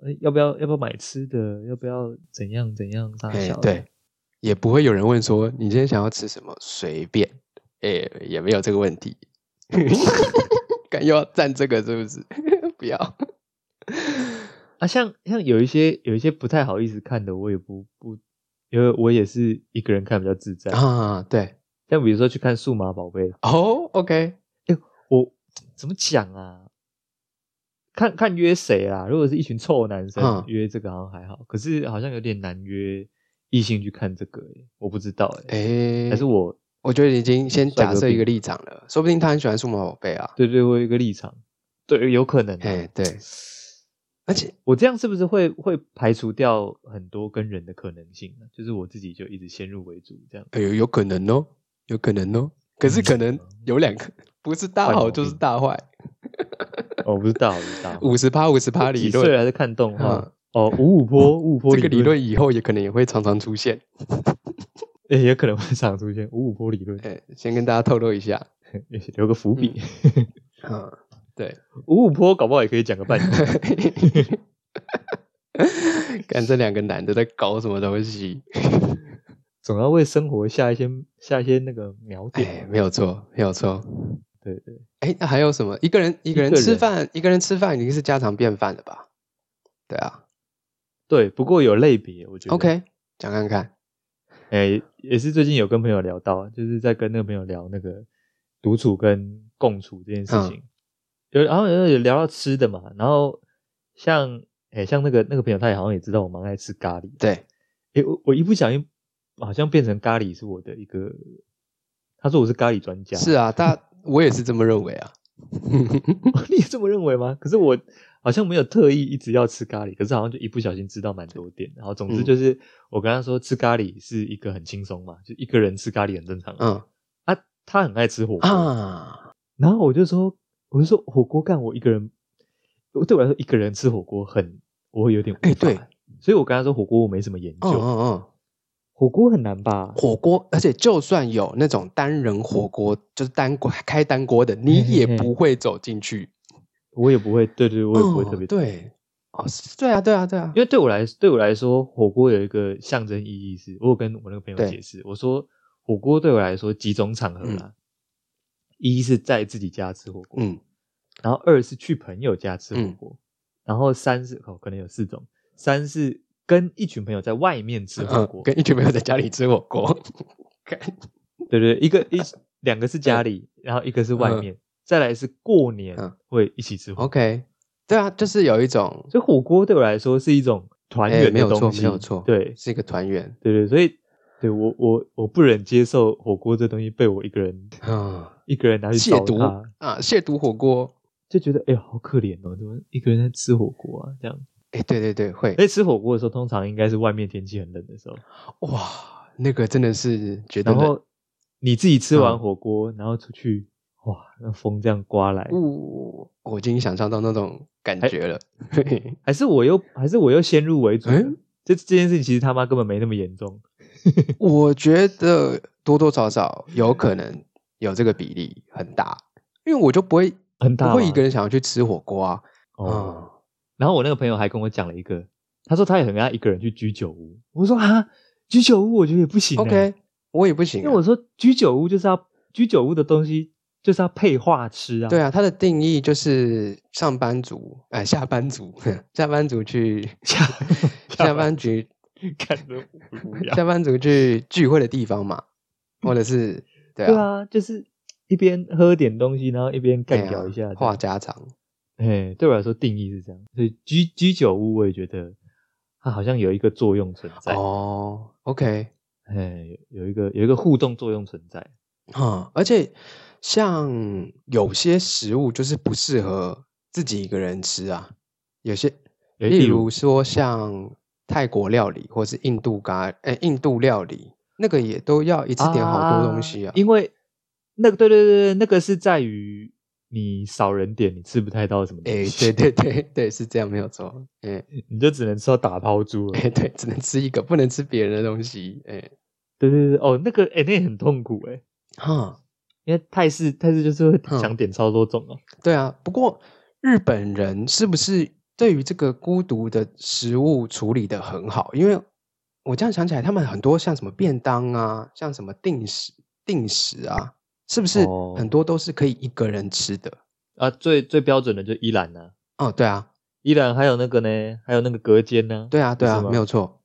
呃要不要要不要买吃的？要不要怎样怎样大
哎
小的？
对，也不会有人问说你今天想要吃什么，随便，哎、也没有这个问题。 [LAUGHS] 敢又要占这个是不是？ [LAUGHS] 不要，
啊，像像有一些有一些不太好意思看的，我也不不，因为我也是一个人看比较自在。
啊，对，
像比如说去看数码宝贝，
哦，OK，
我怎么讲啊？看看约谁啦？如果是一群臭男生、
嗯
约这个好像还好，可是好像有点难约异性去看这个、欸，我不知道哎、
哎、
还是我
我觉得已经先
帅
假
哥
设一
病
个立场了，说不定他很喜欢数码宝贝啊。
对对我有一个立场，对，有可能、
哎
啊。，
对，而且
我这样是不是会会排除掉很多跟人的可能性呢？就是我自己就一直先入为主
[LAUGHS]
这样。
哎呦，有可能哦，有可能哦，可
嗯
是可能有两个，不是大
坏毛
好就是
病
大坏，
哦，我不知道，我不知 [LAUGHS] 道。
五十趴五十趴理
几岁
论，
还在看动画、
嗯
哦，五五坡五五坡
这个理
论
论以后也可能也会常常出现。
也、有可能会常出现五五坡理论，
哎，先跟大家透露一下，
留个伏笔。
嗯， [LAUGHS] 对，
五五坡搞不好也可以讲个半年。 [LAUGHS]
看这两个男的在搞什么东西？
总要为生活下一些下一些那个描
哎，
点。
没有错，没有错。
对对，
哎，那还有什么？一个人一个人
一个
吃
人
饭，一个人吃饭已经是家常便饭了吧？对啊，
对，不过有类别，我觉得。
OK，讲看看。
哎，也是最近有跟朋友聊到，就是在跟那个朋友聊那个独处跟共处这件事
嗯
情，有然后有有聊到吃的嘛，然后像哎像那个那个朋友，他也好像也知道我蛮爱吃咖喱，
对，
诶，我我一不小心好像变成咖喱是我的一个，他说我是咖喱专家，
是啊，大我也是这么认为啊。
[LAUGHS] 你也这么认为吗？可是我好像没有特意一直要吃咖喱，可是好像就一不小心知道蛮多店，然后总之
嗯
就是我跟他说吃咖喱是一个很轻松嘛，就一个人吃咖喱很正常啊，
嗯
啊他很爱吃火锅，
啊，
然后我就说我就说火锅干我一个人，我对我来说一个人吃火锅很我会有点无法，
哎对，
所以我跟他说火锅我没什么研究，
嗯嗯嗯，
火锅很难吧？
火锅，而且就算有那种单人火锅，就是单锅开单锅的，你也
嗯嘿嘿嘿
不会走进去。
我也不会，对对，我也不会
哦
特别、，
对，哦，是对啊，对啊，对啊
因，为对我来对我来说，火锅有一个象征意义是，我有跟我那个朋友
对
解释，我说火锅对我来说几种场合啦，一是在自己家吃火锅，
嗯，
然后二是去朋友家吃火锅，然后三是哦可能有四种，三是跟一群朋友在外面吃火
嗯
锅，
跟一群朋友在家里吃火锅， [LAUGHS]
[LAUGHS]
看
对对，一个一两个是家里，然后一个是外面，再来是过年
嗯
会一起吃火锅，
OK，对啊，就是有一种
所以火锅对我来说是一种团
哎
圆
没
的
有错
东西，
没有错
对，
是一个团圆，
对对，所以对我我我不忍接受火锅这东西被我一个人
嗯，
一个人拿去
亵
糟
渎
蹋，
啊，亵渎火锅，
就觉得哎、好可怜哦，怎么一个人在吃火锅啊？这样，
哎，对对对，会
而，且吃火锅的时候，通常应该是外面天气很冷的时候，
哇，那个真的是觉得
然
冷，
后你自己吃完
嗯
火锅，然后出去，哇，那风这样刮来，
嗯呜，哦我已经想象到那种感觉
[LAUGHS]
了，嘿嘿
还是我又还是我又先入为主了
哎，
这这件事情其实他妈根本没那么严重，
我觉得多多少少有可能有这个比例很大，因为我就不会
很大
不会一
嘛
个人想要去吃火锅啊，
哦。
嗯
然后我那个朋友还跟我讲了一个，他说他也很爱一个人去居酒屋，我说啊，居酒屋我觉得也不行、欸。
，OK，我也不行
因
啊，
为我说居酒屋就是要居酒屋的东西就是要配话吃啊。
对
[LAUGHS]
啊，它的定义就是上班族，哎、下班族， [LAUGHS] 下班族
[LAUGHS]
去
下
下班族
看着无聊。
下班族去聚会的地方嘛，或者是对
对
啊，
啊，就是一边喝点东西，然后一边干
掉
聊一下。
哎啊话家常。
哎，对我来说定义是这样，所以居居酒屋我也觉得它好像有一个作用存在，
哦，OK，
哎，有有一个有一个互动作用存在。
哈、而且像有些食物就是不适合自己一个人吃啊，有些
哎
例
例
如
如
说像泰国料理或是印度咖，哎、印度料理那个也都要一次点好多东西啊，
因为那个对对对对，那个是在于你少人点，你吃不太到什么东
哎、
西，
对对对对，是这样，没有错。哎、
你就只能吃到打抛猪了
哎、。对，只能吃一个，不能吃别人的东西。哎、
对对对，哦，那个哎、那也很痛苦哎、
哈，
因为泰式泰式就是会
嗯
想点超多种啊。
对啊。不过日本人是不是对于这个孤独的食物处理的很好？因为我这样想起来，他们很多像什么便当啊，像什么定时定时啊，是不是
哦
很多都是可以一个人吃的？
啊，最最标准的就伊朗呢，
哦，对啊，
伊朗还有那个呢，还有那个隔间呢，
对啊，对啊，
是吗
没有错，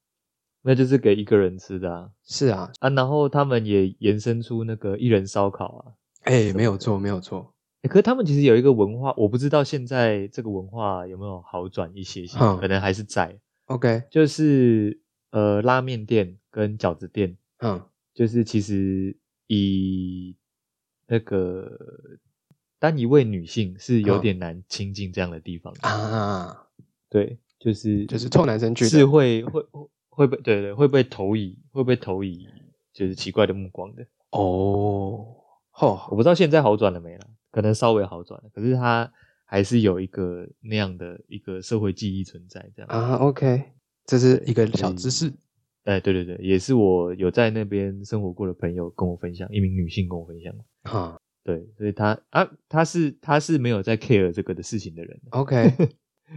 那就是给一个人吃的啊
是啊，
啊，然后他们也延伸出那个一人烧烤啊，
哎，没有错，没有错，
欸可是他们其实有一个文化，我不知道现在这个文化有没有好转一些些，
嗯
可能还是在，
OK，
就是呃拉面店跟饺子店，
嗯，
就是其实以那个单一位女性是有
嗯
点难亲近这样的地方的，
啊，
对，就是
就是臭男生去的
是会会会会被对对会被投以会被投以就是奇怪的目光的，
哦，
我
吼，
不知道现在好转了没了，可能稍微好转了，可是它还是有一个那样的一个社会记忆存在，这样。
啊，OK，这是一个
所
小
以
知识，
哎，对对对，也是我有在那边生活过的朋友跟我分享，一名女性跟我分享，
哈
对，所以她啊，她是她是没有在 care 这个的事情的人，啊
，OK，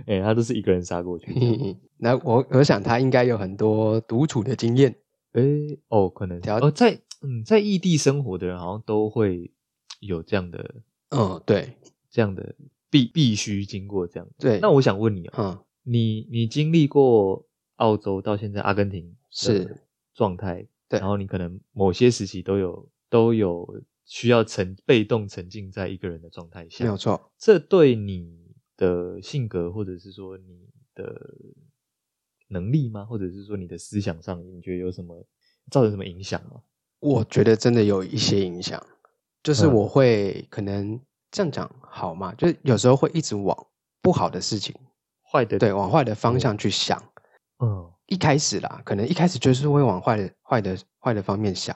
哎，她都是一个人杀过去
嘿， [LAUGHS] 嘿嘿嗯那我我想他应该有很多独处的经验，
哎，哦，可能
条
哦，在嗯，在异地生活的人好像都会有这样的
嗯，对
这样的必必须经过这样的。
对，
那我想问你哦，
嗯
你你经历过澳洲到现在阿根廷的
是
状态，
对
然后你可能某些时期都有都有需要沉被动沉浸在一个人的状态
没有
下，
错，
这对你的性格或者是说你的能力吗？或者是说你的思想上，你觉得有什么造成什么影响吗？
我觉得真的有一些影响，就是
嗯
我会可能这样讲好嘛，就是有时候会一直往不好的事情，
坏的
对，往坏的方向去想。
嗯
一开始啦，可能一开始就是会往坏的、坏的、坏的方面想，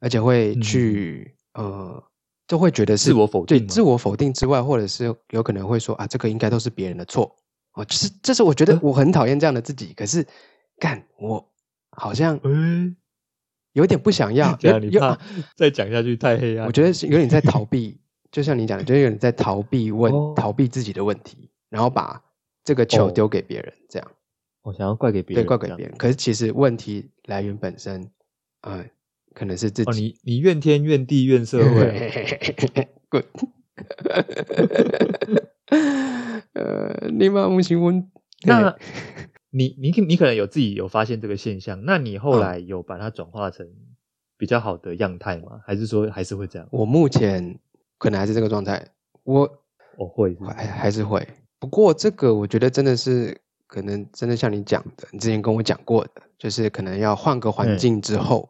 而且会
嗯
去、呃，就会觉得是
自我否定
对
吗
自我否定之外，或者是有可能会说啊，这个应该都是别人的错哦，就是这是我觉得
呃
我很讨厌这样的自己，可是干我好像
诶
有点不想要，
这
有
样嗯啊你
有啊
怕 [LAUGHS] 再讲下去太黑暗了，
我觉得是有点在逃
[LAUGHS]
避，就像你讲的，就是有点在逃避问、
哦
逃避自己的问题，然后把这个球
哦
丢给别人，这样
我想要怪给别
对
人，
怪给
这样
别人。可是其实问题来源本身，呃，可能是自
哦，
己。
你你怨天怨地怨社
[LAUGHS]
会啊
Good 呃，你妈不行问。
那 [LAUGHS] 你你可你可能有自己有发现这个现象，那你
嗯
后来有把它转化成比较好的样态吗？还是说还是会这样？
我目前可能还是这个状态，我
我哦会是不是
还还是会。不过这个我觉得真的是可能真的像你讲的，你之前跟我讲过的，就是可能要换个环
嗯
境之后，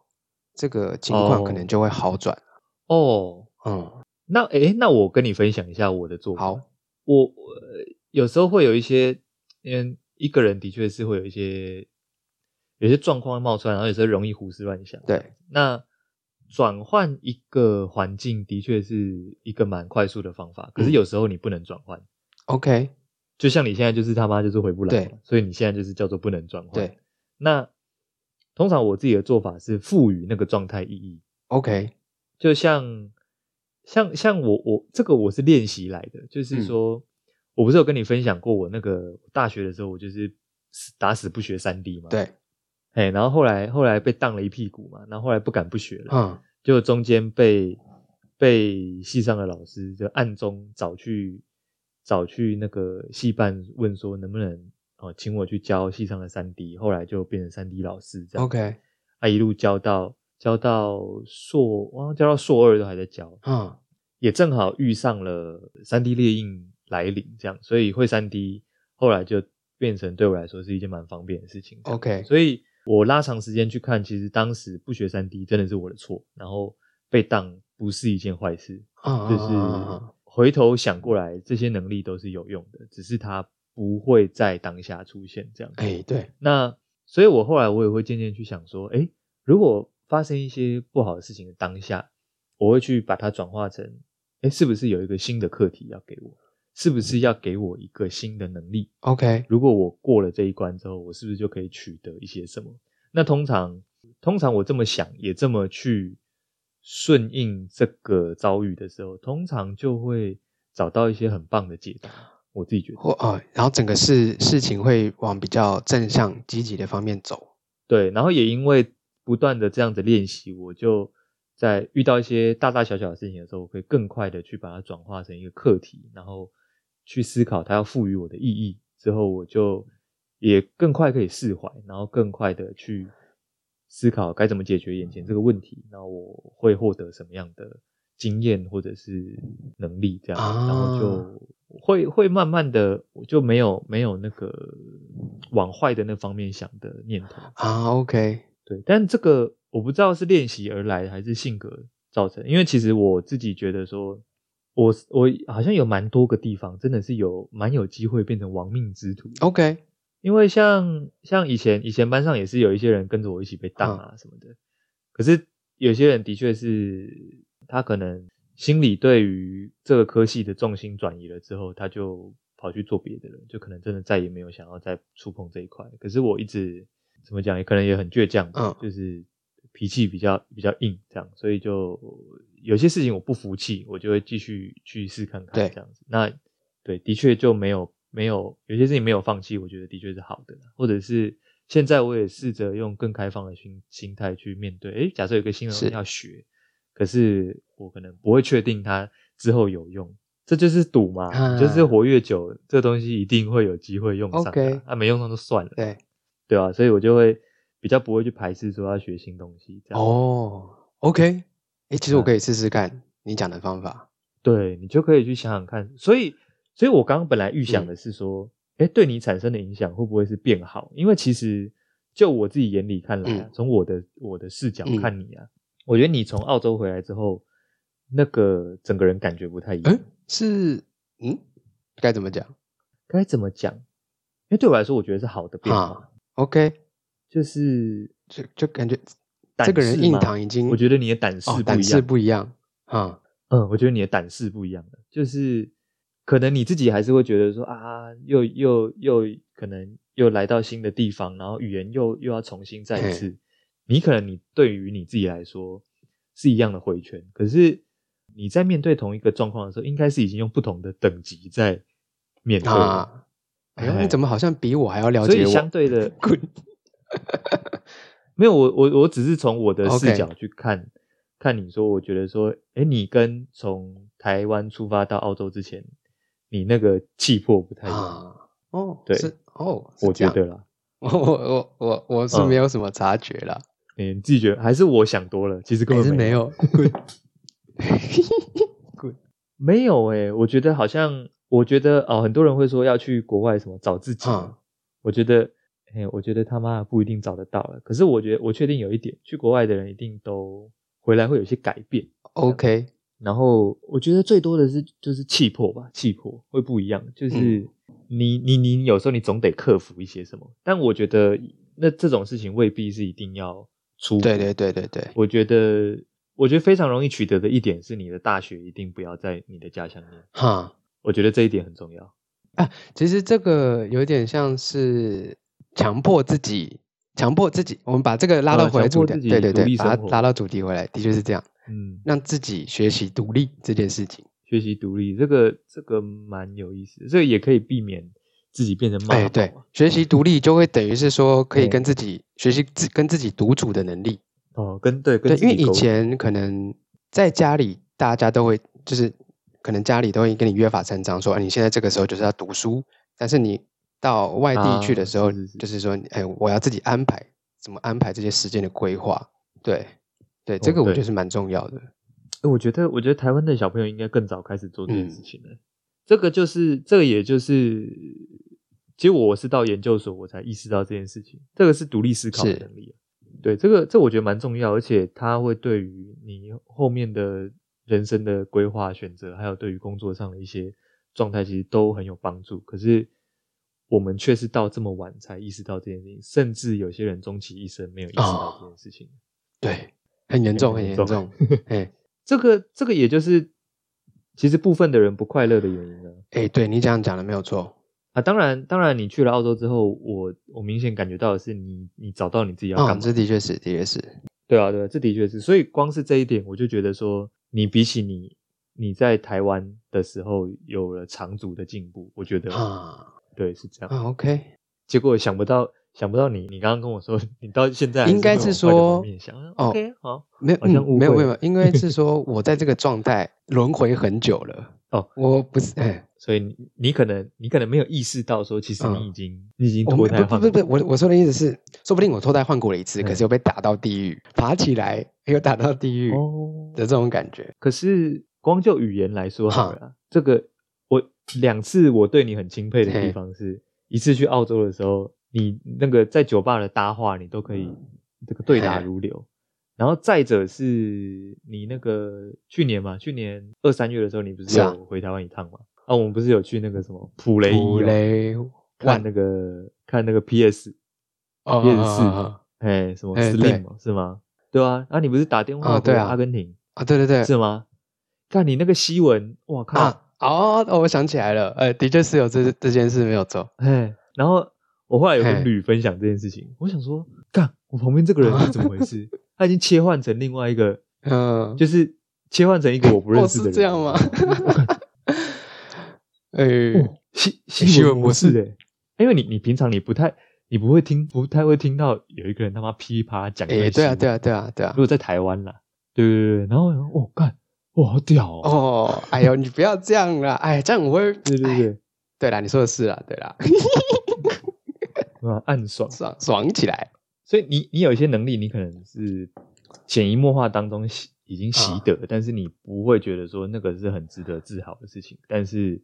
这个情况可
哦
能就会好转。
哦。
嗯，
那诶，那我跟你分享一下我的做法。
好，
我我有时候会有一些，嗯，一个人的确是会有一些有些状况冒出来，然后有时候容易胡思乱想。
对，
那转换一个环境的确是一个蛮快速的方法，可
嗯
是有时候你不能转换。
，OK，
就像你现在就是他妈就是回不来嘛
对，
所以你现在就是叫做不能转换。
对，
那通常我自己的做法是赋予那个状态意义，
，OK，
就像像像我我这个我是练习来的，
嗯
就是说、我不是有跟你分享过我那个大学的时候，我就是死打死不学三 D 嘛，，
对，
哎，然后后来后来被当了一屁股嘛，然后后来不敢不学了，
嗯，
就中间被被系上的老师就暗中找去找去那个系办问说能不能哦请我去教系上的三 D，后来就变成三 D 老师这样。
，OK，
啊一路教到教到硕，哇教到硕二都还在教，
嗯，
也正好遇上了三 D 猎印来临这样，所以会三 D 后来就变成对我来说是一件蛮方便的事情这样。
OK
所以我拉长时间去看，其实当时不学三 D 真的是我的错，然后被当不是一件坏事，
嗯，
就
嗯嗯嗯
是
嗯
回头想过来，这些能力都是有用的，只是它不会在当下出现这样。
哎，对，
那所以，我后来我也会渐渐去想说，诶，如果发生一些不好的事情的当下，我会去把它转化成，诶，是不是有一个新的课题要给我？是不是要给我一个新的能力？
，OK，
如果我过了这一关之后，我是不是就可以取得一些什么？那通常，通常我这么想，也这么去顺应这个遭遇的时候，通常就会找到一些很棒的解答。我自己觉得。
或呃，然后整个事事情会往比较正向、积极的方面走。
对，然后也因为不断的这样子练习，我就在遇到一些大大小小的事情的时候，我可以更快的去把它转化成一个课题，然后去思考它要赋予我的意义。之后我就也更快可以释怀，然后更快的去思考该怎么解决眼前这个问题。那我会获得什么样的经验或者是能力？这样，
啊
然后就会会慢慢的，我就没有没有那个往坏的那方面想的念头。
啊，OK，
对，但这个我不知道是练习而来的还是性格造成，因为其实我自己觉得说，我我好像有蛮多个地方真的是有蛮有机会变成亡命之徒。
OK，
因为像像以前以前班上也是有一些人跟着我一起被
嗯
当啊什么的，可是有些人的确是他可能心里对于这个科系的重心转移了之后，他就跑去做别的了，就可能真的再也没有想要再触碰这一块。可是我一直怎么讲，也可能也很倔强吧，
嗯
就是脾气比较比较硬这样，所以就有些事情我不服气，我就会继续去试看看
对
这样子。那对，的确就没有没有有些事情没有放弃，我觉得的确是好的啦，或者是现在我也试着用更开放的心心态去面对。诶，假设有一个新的东西
是
要学，可是我可能不会确定它之后有用，这就是赌嘛，
啊
就是活越久，这东西一定会有机会用上的啊，
OK
啊没用上就算了，
对，
对啊吧、所以我就会比较不会去排斥说要学新东西这样。
哦，OK，哎，其实我
嗯
可以试试看你讲的方法。
对你就可以去想想看。所以，所以我刚刚本来预
嗯
想的是说，哎、对你产生的影响会不会是变好？因为其实就我自己眼里看来、啊
嗯，
从我的我的视角
嗯
看你啊，我觉得你从澳洲回来之后，那个整个人感觉不太一样。
嗯，是，嗯，该怎么讲
该怎么讲？因为对我来说，我觉得是好的变化，
啊？OK，
就是
就就感觉
胆
这个人
识
硬
嘛
糖已经，
我觉得你的胆识
哦
不一样，
胆识不一样啊。
嗯，我觉得你的胆识不一样了，就是可能你自己还是会觉得说啊，又又又可能又来到新的地方，然后语言又又要重新再一
嘿
次，你可能你对于你自己来说是一样的回圈，可是你在面对同一个状况的时候，应该是已经用不同的等级在面对了，
啊，哎呦，
哎
你怎么好像比我还要了
所
解
以
我？
相对的
滚
没有，我我我只是从我的视
OK
角去看看你说，我觉得说，哎，你跟从台湾出发到澳洲之前，你那个气魄不 [LAUGHS] 太一样，
啊！哦，
对
是哦，是
我
这
觉
样
得啦，
[LAUGHS] 我我我我我是
嗯
没有什么察觉啦，
你自己觉得还是我想多了，其实根
还
本
是没有。滚
[LAUGHS] 没有哎、诶我觉得好像，我觉得哦，很多人会说要去国外什么找自己，
嗯
我觉得，哎、我觉得他妈的不一定找得到了。可是我觉得我确定有一点，去国外的人一定都回来会有一些改变。
，OK，
然后我觉得最多的是就是气魄吧，气魄会不一样，
嗯
就是你、你你有时候你总得克服一些什么，但我觉得那这种事情未必是一定要出。
对对对对对，
我觉得我觉得非常容易取得的一点是，你的大学一定不要在你的家乡念，
哈，
我觉得这一点很重要。
其实这个有点像是强迫自己，强迫自己，我们把这个拉
呃
到回来
强
主
迫
题，
自己
对对
独
对，
立
把
生
它
活
拉到主题回来，的确是这样，
嗯，
让自己学习独立这件事情。
学习独立这个这个蛮有意思的，这个也可以避免自己变成妈宝、
哎，对，学习独立就会等于是说可以
啊对
跟自己学习自跟自己独处的能力。
哦，跟对跟
对，
自
因为
己
以
沟
前可能在家里，大家都会就是可能家里都会跟你约法三章说，啊，你现在这个时候就是要读书，但是你到外地去
啊
的时候，
是是是
就是说，哎，我要自己安排怎么安排这些时间的规划。对，对，
哦
这个我
对
觉得是蛮重要的。
欸我觉得，我觉得台湾的小朋友应该更早开始做这件
嗯
事情了。这个就是，这个也就是，其实我是到研究所我才意识到这件事情。这个是独立思考的
是
能力啊。对，这个这我觉得蛮重要，而且它会对于你后面的人生的规划、选择，还有对于工作上的一些状态，其实都很有帮助。可是我们却是到这么晚才意识到这件事情，甚至有些人终其一生没有意识到
哦
这件事情。
对，很严重，很严
[LAUGHS]
重。哎
这个这个也就是其实部分的人不快乐的原因啊。
哎，对你这样讲的没有错。
啊，当然，当然，你去了澳洲之后，我我明显感觉到的是你，你找到你自己要干
嗯，
嘛。
这的确是，的确是。
对啊，对啊，这的确是。所以光是这一点，我就觉得说，你比起你你在台湾的时候有了长足的进步，我觉得
啊
对是这样。
啊，OK，
结果想不到，想不到你，你刚刚跟我说，你到现在还
应该是
会往坏的
说
方面想
哦
OK，好，
没有，嗯
好像误会
没有没有，没
了
有，应该是说我在这个状态轮回很久了。
[LAUGHS] 哦，
我不是，哎，
所以你你可能你可能没有意识到说，其实你已经、你已经
嗯我
脱
们
胎换
不不
骨，
不不，我我说的意思是，说不定我脱胎换骨了一次，
嗯
可是又被打到地狱，爬起来又打到地狱
哦
的这种感觉。
可是光就语言来说好了啊，这个我两次我对你很钦佩的地
嘿
方是，一次去澳洲的时候，你那个在酒吧的搭话，你都可以这个对答
嗯嘿
如流。然后再者是你那个去年嘛，去年二三月的时候，你不是
是啊
有回台湾一趟嘛？啊，我们不是有去那个什么普雷伊
五
哦
雷
看那个看那个 PS
哦
电视
啊
哎什么
哎对
Slim 哦是吗？对啊，啊你不是打电话
啊对
给
啊
阿根廷，
啊对对对，
是吗？看你那个西文，我靠，
啊哦哦，我想起来了，呃，的确是有这这件事没有做。
哎，然后我后来有跟
嘿
吕分享这件事情，我想说，干，我旁边这个人是怎么回事？他已经切换成另外一个，
嗯，
就是切换成一个我不认识的人，
哦是这样吗
我看
哎，
哦西
西
西
文
文模
模
式哎，因为你你平常你不太你不会听不太会听到有一个人他妈噼里啪啦讲，
哎，对啊对，啊对啊对啊
如。果在台湾啦，对对对，然后我想说，哦干，哇好屌哦，
哦，哎呦，你不要这样啦，哎，这样我会，
对对
哎
对，
对啦，你说的是啦，对啦，
啊暗爽，
爽爽起来，
所以你你有一些能力，你可能是潜移默化当中习已经
嗯
习得，但是你不会觉得说那个是很值得自豪的事情。但是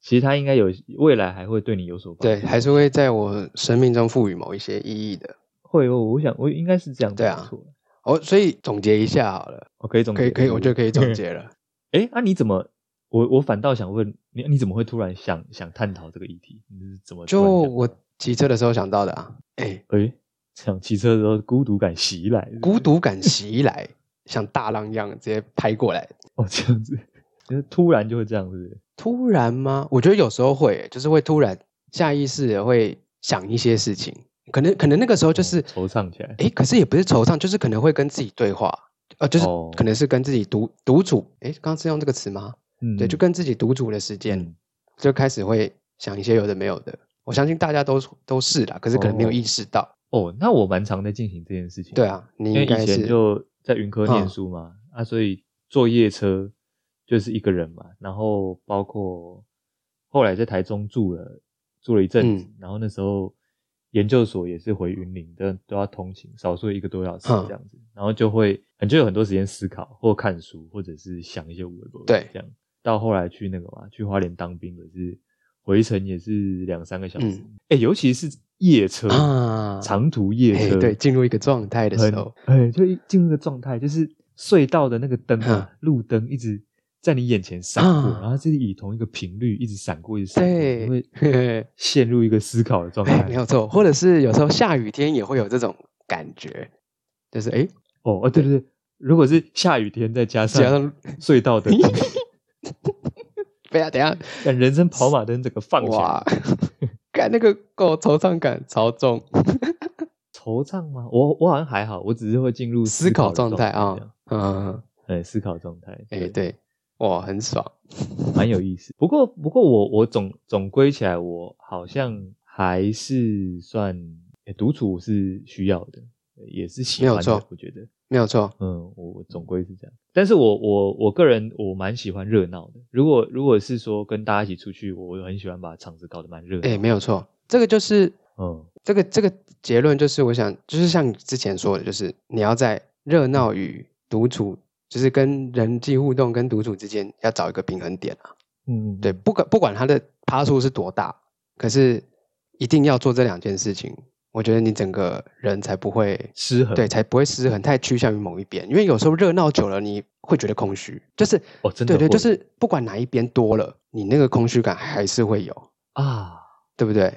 其实它应该有未来还会对你有所帮助。
对，还是会在我生命中赋予某一些意义的。
会哦，我想我应该是这样
对啊
没错。哦
哦，所以总结一下好了，
我可以总结
可以可以，我觉得可以
[LAUGHS]
总。
嗯
结了。
哎，那、你怎么？我我反倒想问你，你怎么会突然想想探讨这个议题？你是怎么突
就
然想？
我骑车的时候想到的啊，哎，
哎，想骑车的时候孤独感袭来，是不是
孤独感袭来，像大浪一样直接拍过来。
哦这样子， [LAUGHS] 就是突然就会这样，是不是？
突然吗？我觉得有时候会，就是会突然下意识的会想一些事情，可能可能那个时候就是
哦惆怅起来。
诶，可是也不是惆怅，就是可能会跟自己对话，呃，就是
哦
可能是跟自己独独处。诶，刚刚是用这个词吗？
嗯，
对，就跟自己独处的时间，
嗯
就开始会想一些有的没有的。我相信大家都都是啦，可是可能没有
哦
意识到。
哦，那我蛮常在进行这件事情。
对，啊，你
因为
应该
以前
是
就在云科念
嗯
书嘛，啊，所以坐夜车就是一个人嘛，然后包括后来在台中住了住了一阵子，
嗯
然后那时候研究所也是回云林的，都要通勤，少说一个多小时
嗯
这样子，然后就会很就有很多时间思考或看书，或者是想一些微博
对
这样。到后来去那个嘛，去花莲当兵也是回程也是两三个小时，哎、
嗯
尤其是夜车
啊
长途夜
诶
车，
对，进入一个状态的时候，
很，哎，就一进入那个状态，就是隧道的那个灯啊
嗯，
路灯一直在你眼前闪过，
啊
然后就是以同一个频率一直闪过，一直闪过，
对
你
[LAUGHS]
会陷入一个思考的状
哎，
态
没。有错，或者是有时候下雨天也会有这种感觉，就是哎，
哦，哦，对对对，如果是下雨天再加
只要
上 [LAUGHS] 隧
[LAUGHS]
道的灯，
不要等一下
让人生跑马灯整个放下， [LAUGHS]
哇， [LAUGHS] 感那个够惆怅感超重，
惆怅吗？我我好像还好，我只是会进入
思考
的
状态
这样
啊，嗯，
哎，思考状态，
哎对，哇，很爽，
蛮有意思。不过，不过我我总总归起来，我好像还是算诶独处是需要的，也是喜欢
没有
的
错。
我觉得，
没有错，
嗯，我我总归是这样。但是我我我个人我蛮喜欢热闹的。如果如果是说跟大家一起出去，我很喜欢把场子搞得蛮热闹。
哎，没有错，这个就是
嗯，
这个这个结论就是，我想就是像你之前说的，就是你要在热闹与独处，就是跟人际互动跟独处之间要找一个平衡点啊。
嗯嗯，
对，不管不管它的趴数是多大，可是一定要做这两件事情，我觉得你整个人才不会
失衡。
对，才不会失衡，太趋向于某一边。因为有时候热闹久了，你会觉得空虚，就是
哦，真的
对对，
会
就是不管哪一边多了，你那个空虚感还是会有，
啊。
对不对？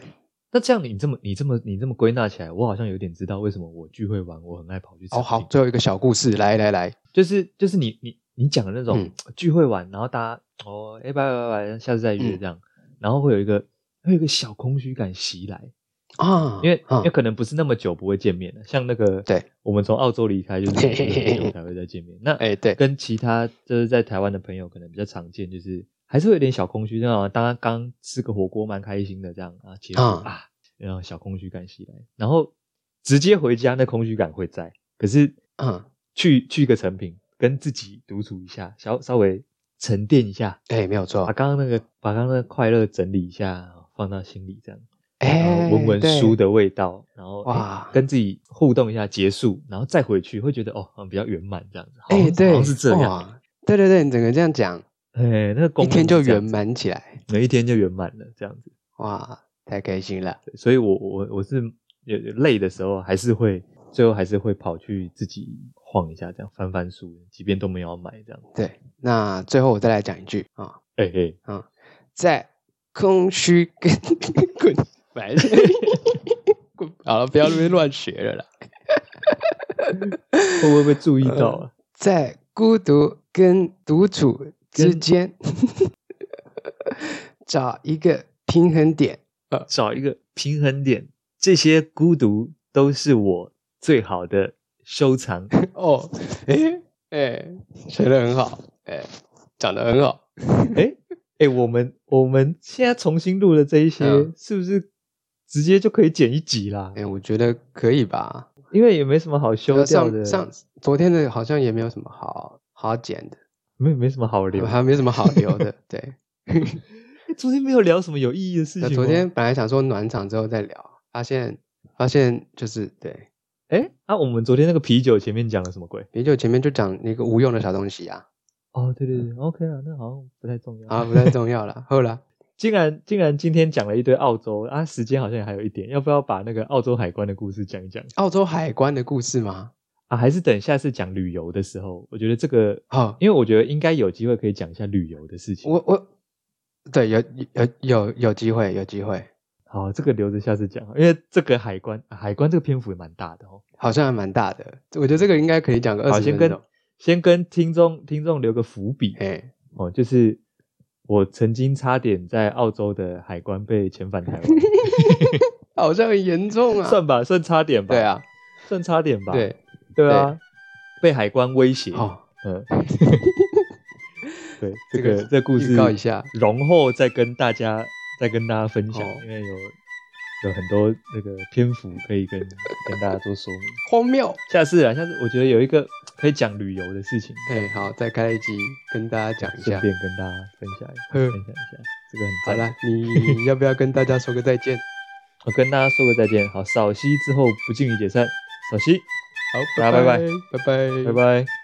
那这样你这么你这么你这么归纳起来，我好像有点知道为什么我聚会完我很爱跑去
哦，
场
好
地，
最后一个小故事，来来来，
就是就是你你你讲的那种
嗯
聚会完，然后大家哦，哎、拜拜拜拜，下次再约
嗯
这样，然后会有一个会有一个小空虚感袭来，
啊，
因为、
啊
因为可能不是那么久不会见面的，像那个
对，
我们从澳洲离开就是很久才会再见面。那
哎、对，
跟其他就是在台湾的朋友可能比较常见，就是还是会有点小空虚，那种当刚吃个火锅蛮开心的这样啊，结束
啊
啊，然后小空虚感袭来，然后直接回家那空虚感会在，可是
嗯，
去去个成品跟自己独处一下，稍稍微沉淀一下，
哎、没有错
把，刚刚那个把刚刚那个快乐整理一下，放到心里这样。然
哎、
后闻闻
对
书，的味道，然后哇
哇，
跟自己互动一下，结束，然后再回去，会觉得哦，嗯，比较圆满这样子。好
哎、
像
对，
好像是这样。
哇，对对对，你整个这样讲，
哎，那个功
一
能
天就是
这样
圆
子，
满起来，
每一天就圆满了这样子。
哇，太开心了，
对所以我我我是有有累的时候，还是会最后还是会跑去自己晃一下，这样翻翻书，即便都没有要买这样。
对，那最后我再来讲一句啊、
哎哎，
在空虚跟 [LAUGHS] 滚，白痴， [LAUGHS] 滚好了，不要那边乱学了啦。
会不会被注意到啊？
在孤独跟独处之
跟
间 [LAUGHS] 找一个平衡点。
找一个平衡点，这些孤独都是我最好的
[LAUGHS]
收藏。
哦，诶诶，学的很好，诶，讲的很好。
哎哎，我们我们现在重新录了这一些，
嗯哎
是不是直接就可以剪一集啦？
诶，我觉得可以吧。
因为也没什么好修掉的，
上上昨天的好像也没有什么好好剪的，
没没什么好聊。
还没什么好留
[LAUGHS]
的。对，
诶昨天没有聊什么有意义的事情
那
吗。
昨天本来想说暖场之后再聊，发现发现就是对
哎，啊，我们昨天那个啤酒前面讲了什么鬼？
啤酒前面就讲那个无用的小东西啊，
哦，对对对，OK 啊，那好像不太重要
啊，不太重要了。后来
竟然竟然今天讲了一堆澳洲啊，时间好像还有一点，要不要把那个澳洲海关的故事讲一讲
澳洲海关的故事吗？
啊？还是等下次讲旅游的时候，我觉得这个，
好、
因为我觉得应该有机会可以讲一下旅游的事情。
我我对有有有有机会，有机会，
好，这个留着下次讲，因为这个海关、啊海关这个篇幅也蛮大的哦。
好像还蛮大的。我觉得这个应该可以讲个
好，
二十
先
分
跟
钟。
先跟听众听众留个伏笔
哎，
哦，就是我曾经差点在澳洲的海关被遣
[LAUGHS]
返台湾，
好像很严重啊。
算吧，算差点吧，
对，啊，
算差点吧，
对，
对啊，被海关威胁，
哦，
嗯，对，这
这
个
个
这故事
预告一下
容后再跟大家再跟大家分享，
哦
因为有有很多那个篇幅可以跟跟大家做说明。
荒谬。
下次啊，下次我觉得有一个可以讲旅游的事情，
哎，好，再开一集跟大家讲一
顺
下。
便跟大家分享一下，
嗯
分享一下，这个很
好
赞。
了，你要不要跟大家说个再见？
我跟大家说个再见，好，扫息之后不敬礼解散，扫息，
好，
大家拜拜
拜拜，拜
拜拜。